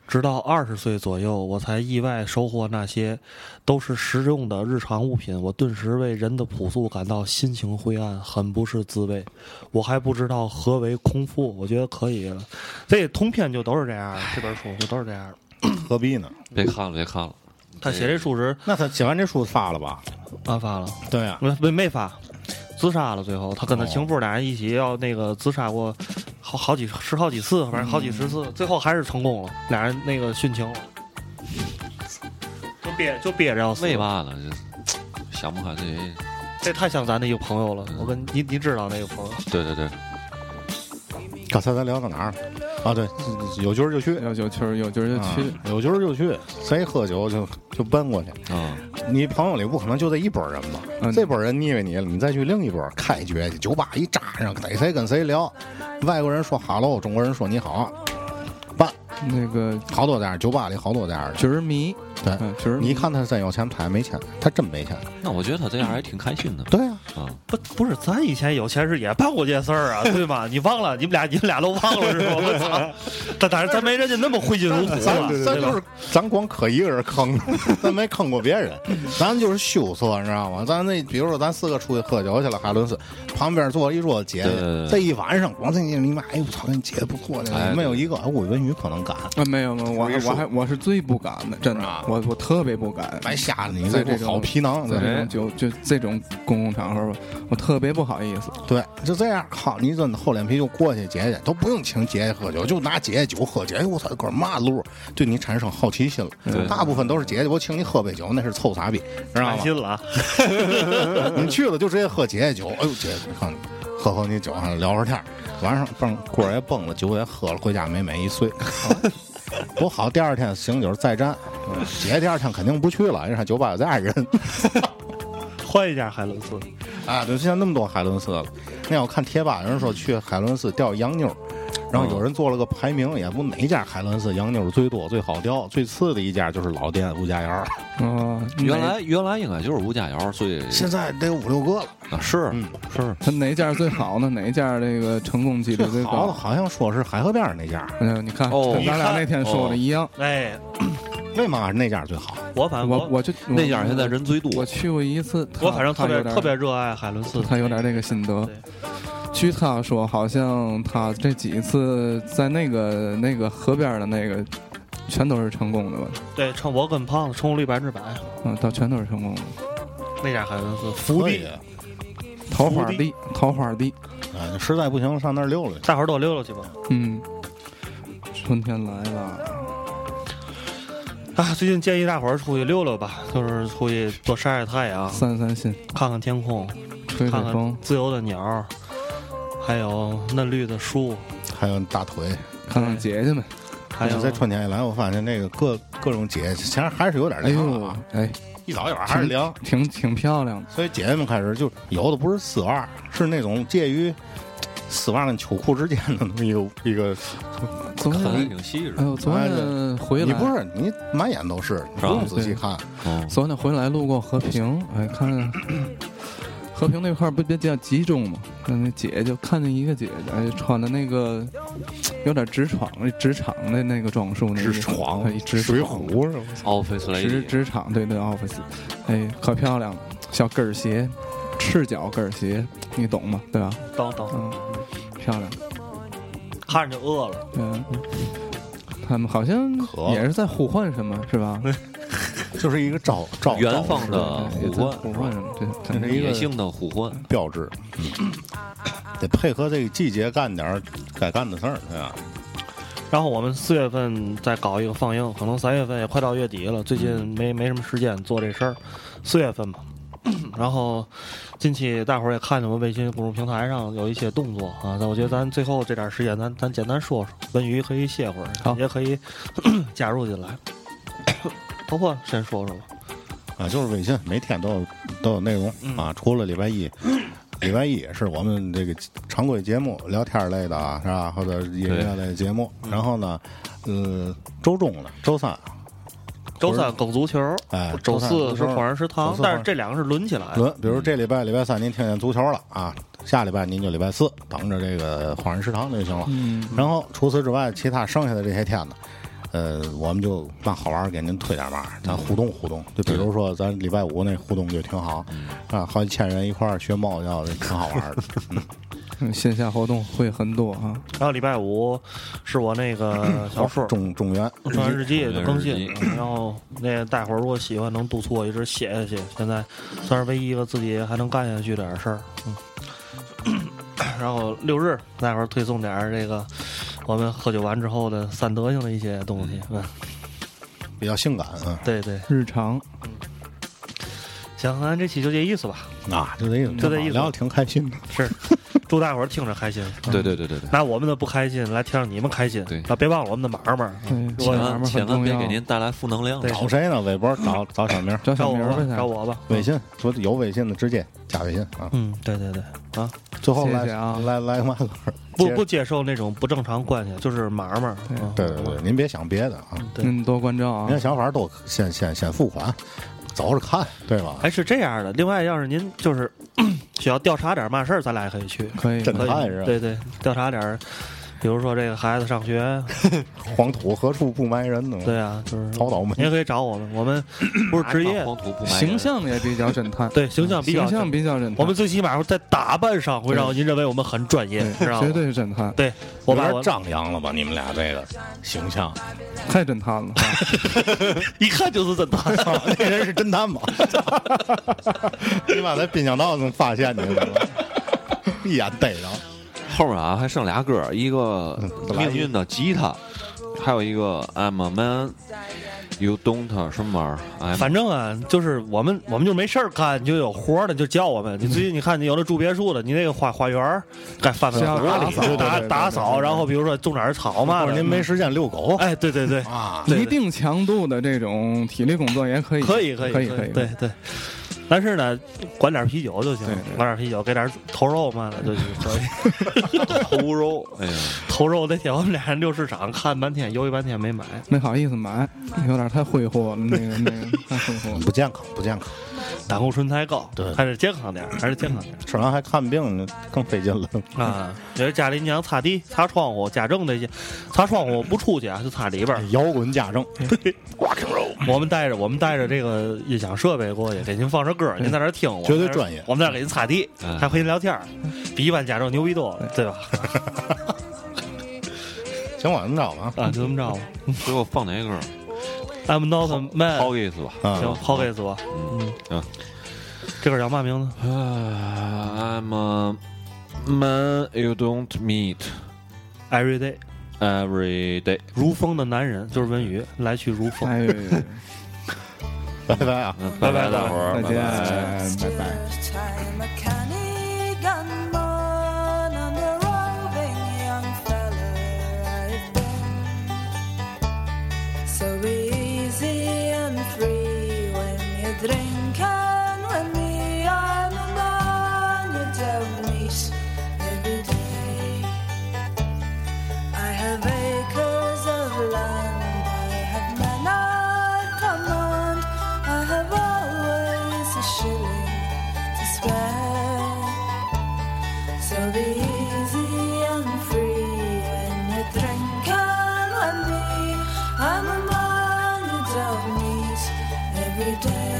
直到二十岁左右，我才意外收获那些都是实用的日常物品，我顿时为人的朴素感到心情灰暗，很不是滋味。我还不知道何为空腹，我觉得可以了。这通篇就都是这样，这本书就都是这样。
何必呢？
别看了，别看了。
他写这数值
那他写完这书发了吧？
啊发了，
对呀、
没没没发，自杀了。最后他跟他
哦
情妇俩人一起要那个自杀过好好几十好几次，反正好几十次，最后还是成功了，俩人那个殉情了，就憋就憋着要死。
为嘛呢？这想不开这人，
这太像咱的一个朋友了，我跟你你知道那个朋友，
对对对，
刚才咱聊到哪儿了？啊，对，有局儿就去，
要有球儿有球儿就去，
啊有局儿就去，谁喝酒就就奔过去。
啊，
你朋友里不可能就这一拨人吧？
嗯
这拨人腻歪你了，你再去另一拨开局去，酒吧一扎上，逮谁跟谁聊，外国人说哈喽，中国人说你好，办
那个
好多这样，酒吧里好多这样的。
角儿迷，
对
嗯，角儿迷
你看他真有钱，他也没钱，他真没钱。
那我觉得他这样还挺开心的
对呀、
啊。
不不是咱以前有钱时也办过这事儿啊，对吧？你忘了？你们俩你们俩都忘了是吧？我操！但但是咱没人家那么挥金如土
咱
啊，
咱
对吧
就是咱光磕一个人坑， 咱没坑过别人，咱就是羞涩，你知道吗？咱那比如说咱四个出去喝酒去了，海伦斯旁边坐了一桌姐
对对
姐
对，
这一晚上光这你你妈，哎呦我操，那姐不错的，
哎
没有一个哎我文宇可能敢，
啊，没有没有，我还
是
我还我是最不敢的，真
啊
的，我我特别不敢。
白瞎了你
在
这
这
不
种
好皮囊，
在这
对
种就就这种公共场合吧，我特别不好意思。
对，就这样，靠，你真的厚脸皮就过去，姐姐都不用请姐姐喝酒，就拿姐姐酒喝，姐姐我操，哥们儿嘛路，对你产生好奇心了，
对哎
大部分都是姐姐，我请你喝杯酒，那是臭傻逼，知道
安
吗？
心了啊。
你去了就直接喝姐姐酒，哎呦姐姐，你看喝喝你酒上聊会儿天儿，晚上蹦锅儿也崩了，酒也喝了，回家美美一 睡。多好！第二天醒酒再战，嗯姐姐第二天肯定不去了，因为她酒吧有这样人
换一家海伦斯，
啊。对，现在那么多海伦斯了，那我看贴吧有人说去海伦斯钓洋妞儿，然后有人做了个排名，也不哪家海伦斯洋妞儿最多、最好钓，最次的一家就是老店吴家窑儿，
啊，
原
哪
来原来应该就是吴家窑最
现在得有五六个了。
啊是
嗯
是
他哪家最好呢？哪一家这个成功几率最
好的
高？
好像说是海河边儿那家，
哎呦，你看，
哦
跟咱俩那天说的一样。
哎，
为嘛是那家最好？
啊我反正
我我就
那家现在人最多
我去过一次，他
我反正特
他
别
有点
特别热爱海伦斯，
他有点这个心得
对。
据他说，好像他这几次在那个那个河边的那个，全都是成功的吧？
对，趁我跟胖子成功率百分之百，
嗯，倒全都是成功的。
那家海伦斯伏
可
地
以，，
桃花地，桃花地，
哎，实在不行上那儿溜溜去。
大伙儿都溜溜去吧。
嗯，春天来了，
啊，最近建议大伙儿出去溜溜吧，就是出去多晒晒太阳，
散散心，
看看天空，
吹吹
看看
风，
自由的鸟儿，还有嫩绿的树，
还有大腿，
看看姐姐们。
还有
在春天一来，我发现那个各各种节，其实还是有点
哎
凉的
呦
啊，，
哎，
一早一晚还是凉。
挺挺漂亮的。
所以姐姐们开始就有的不是丝袜，是那种介于丝袜跟秋裤之间的那么一个一个，
昨
看来
天，
挺细致
哎呦，昨天回来，
你不是你满眼都是，你不用仔细看。
哦
昨天回来路过和平，哎，看 和平那块儿不比较集中吗？看那姐就看见一个姐姐，哎，穿的那个有点职场职场的那个装束，那个哎职
水
场
壶是吧？
，Office
职
Lady
职场对对 office，哎，可漂亮了，小跟儿鞋，赤脚跟儿鞋，你懂吗？对吧？
等等，
嗯，漂亮，
看着就饿了。
嗯。他们好像
渴
也是在呼唤什么，是吧？
就是一个招招
元芳
招式
的
也
虎
在
冠
呼唤什么？对，
这是一
野
个
性的虎冠，
标志，嗯得配合这个季节干点儿该干的事儿，对吧？
然后我们四月份再搞一个放映，可能三月份也快到月底了，最近没没什么时间做这事儿，四月份吧。 然后近期大伙儿也看见我们微信公众平台上有一些动作啊，但我觉得咱最后这点时间，咱咱简单说说，文娱可以歇会儿，
好
也可以 加入进来。 婆婆先说说吧，
啊，就是微信，每天都有都有内容啊，除了礼拜一，礼拜一也是我们这个常规节目，聊天儿类的啊，是吧？或者音乐类的节目。然后呢，呃，周中了，周三，
周三更足球，
哎，
周
三
四是
周
恍然食堂
周，四
但是这两个是轮起来的。
轮，比如这礼拜礼拜三您听见足球了啊，然后下礼拜您就礼拜四等着这个恍然食堂就行了。
嗯，
然后除此之外，其他剩下的这些天呢，呃，我们就嘛好玩儿给您推点嘛，咱互动互动。就比如说咱礼 拜五那互动就挺好，啊，好几千人一块儿学猫叫，挺好玩儿的。嗯
嗯线下活动会很多啊。
然后礼拜五是我 那个小说《
中中原
中原日记》的更
中
新
原日，
然后那个大伙儿如果喜欢，能督促我一直写下去。现在算是唯一一个自己还能干下去点儿事儿。嗯，然后六日大伙儿推送点儿这个我们喝酒完之后的散德性的一些东西。嗯，
比较性感啊，
对对，
日常
行，咱这期就这意思吧。
啊，就这意思，
就这意思
聊的挺开心的。
是，祝大伙儿听着开心。
对对对对对，
拿我们的不开心来听让你们开心。
对
啊，别忘了我们的买卖。
对，
我
钱
千
拿
万
嘛
啊
千
很
万
重
别
要
给。您带来负能量
对。
找谁呢？微博找找小明，
找
找
小
我
明
吧
呗，，
找我吧。
微信，说有微信的直接加微信啊。
嗯，对对对，
最后来
谢谢啊
来来麦克，
不
接
不接受那种不正常关系，就是买卖。啊
对对对，您别想别的啊，
对
您多关照啊
您的。想法都先先先付款，走着看，对吧？
哎，是这样的。另外，要是您就是 需要调查点嘛事儿，咱俩也可以去，
可以，
真的
可以
看是吧
对对，调查点儿，比如说这个孩子上学，
黄土何处不埋人呢？
对啊，就是
好倒霉
您也可以找我们，我们不是职业
拿，黄土不埋人
形象也比较侦探，
对形象比较
形象比较侦探，
我们最起码在打扮上会让您认为我们很专业，知
对
道
绝
吗？
对是侦探，
啊对，我
有
把
点
我
张扬了吧？你们俩这个形 象，
太侦探了。
一看就是真的。
那人是侦探吗？ 你妈在滨江道能发现你了，一眼逮着。
后面啊还剩俩歌儿，一个
嗯
命运的吉他，还有一个 I'm a man。You don't 什么玩意儿？哎，
反正啊，就是我们我们就没事儿干，你就有活儿的就叫我们。你最近你看，你有的住别墅的，你那个花花园儿该翻翻
是要
打
打扫
理、打
对对对
打
对
扫，
对对
然后比如说种点儿草嘛
或者
的。
您没时间遛狗
哎，对对对，
啊？
对对
一定强度的这种体力工作也可以，
可
可
以可以
以，可
对对。但是呢，管点儿啤酒就行
对对，
管点儿啤酒，给点儿头肉嘛的就 行。可以
头肉，哎呀，
头肉那天我们俩人六市场看半天，犹豫半天没买。
没好意思买，有点太挥霍了，那个那个太挥霍 了。
不健康，不健康，
胆固醇太高，
对
还是健康点儿，还是健康点
吃完还看病呢，更费劲了。
嗯
儿啊。觉得家里你想擦地、擦窗户、家政这些，擦窗户不出去啊，就擦里边儿。
摇滚家政，
我们带着我们带着这个音响设备过去，给您放着歌，您在这儿听，我
嗯绝对
们在这儿
专业
我们在这儿给您擦地，
嗯
还和您聊天儿，比一般家政牛逼多了，对吧？
行，我怎么着吧？
啊，就这么着吧。
最后放哪个歌儿？
I'm not a man，
抛给死吧。
啊，
行，抛给死我。嗯，
行，
这歌叫嘛名字？
啊，I'm Ah, a man you don't meet
Every day，
every day。
如风的男人就是文宇，来去如风。
哎呦，
拜拜啊！
嗯
拜
拜
拜
大伙儿，
再
拜
见，拜
拜。
拜。
First time a Canadian born and a roving young fella I've been. So easy and free when you drink and when we are the man you don't meet every day. I have acres of land, I have men I command, I have always a shilling to spare. So be easy and free when you drink and when me, I'm a man you don't meet every day.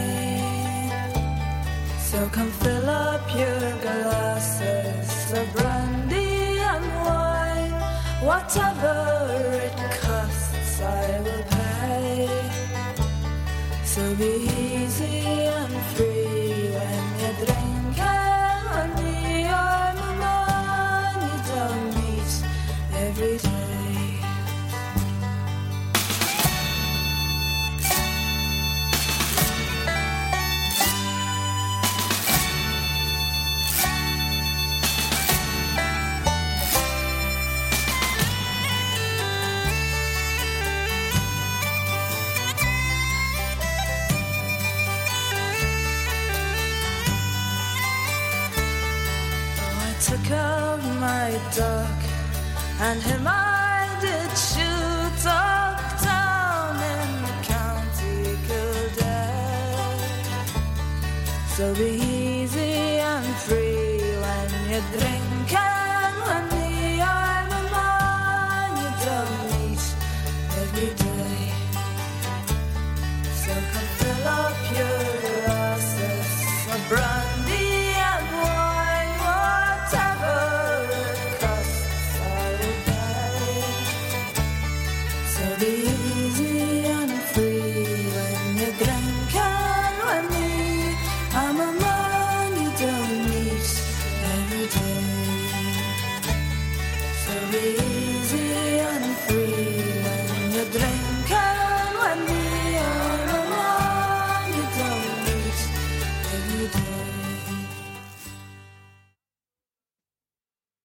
So come fill up your glasses of brandy and wine. Whatever it costs, I will pay. So be easy and free when you drink and when we are the man you don't meet every day. Oh, I took out my dog and him I did shoot up down in the county Kildare. So be easy and free when you drink and when we are the man you don't meet every day. So come fill up your glasses of brandy and wine, whatever the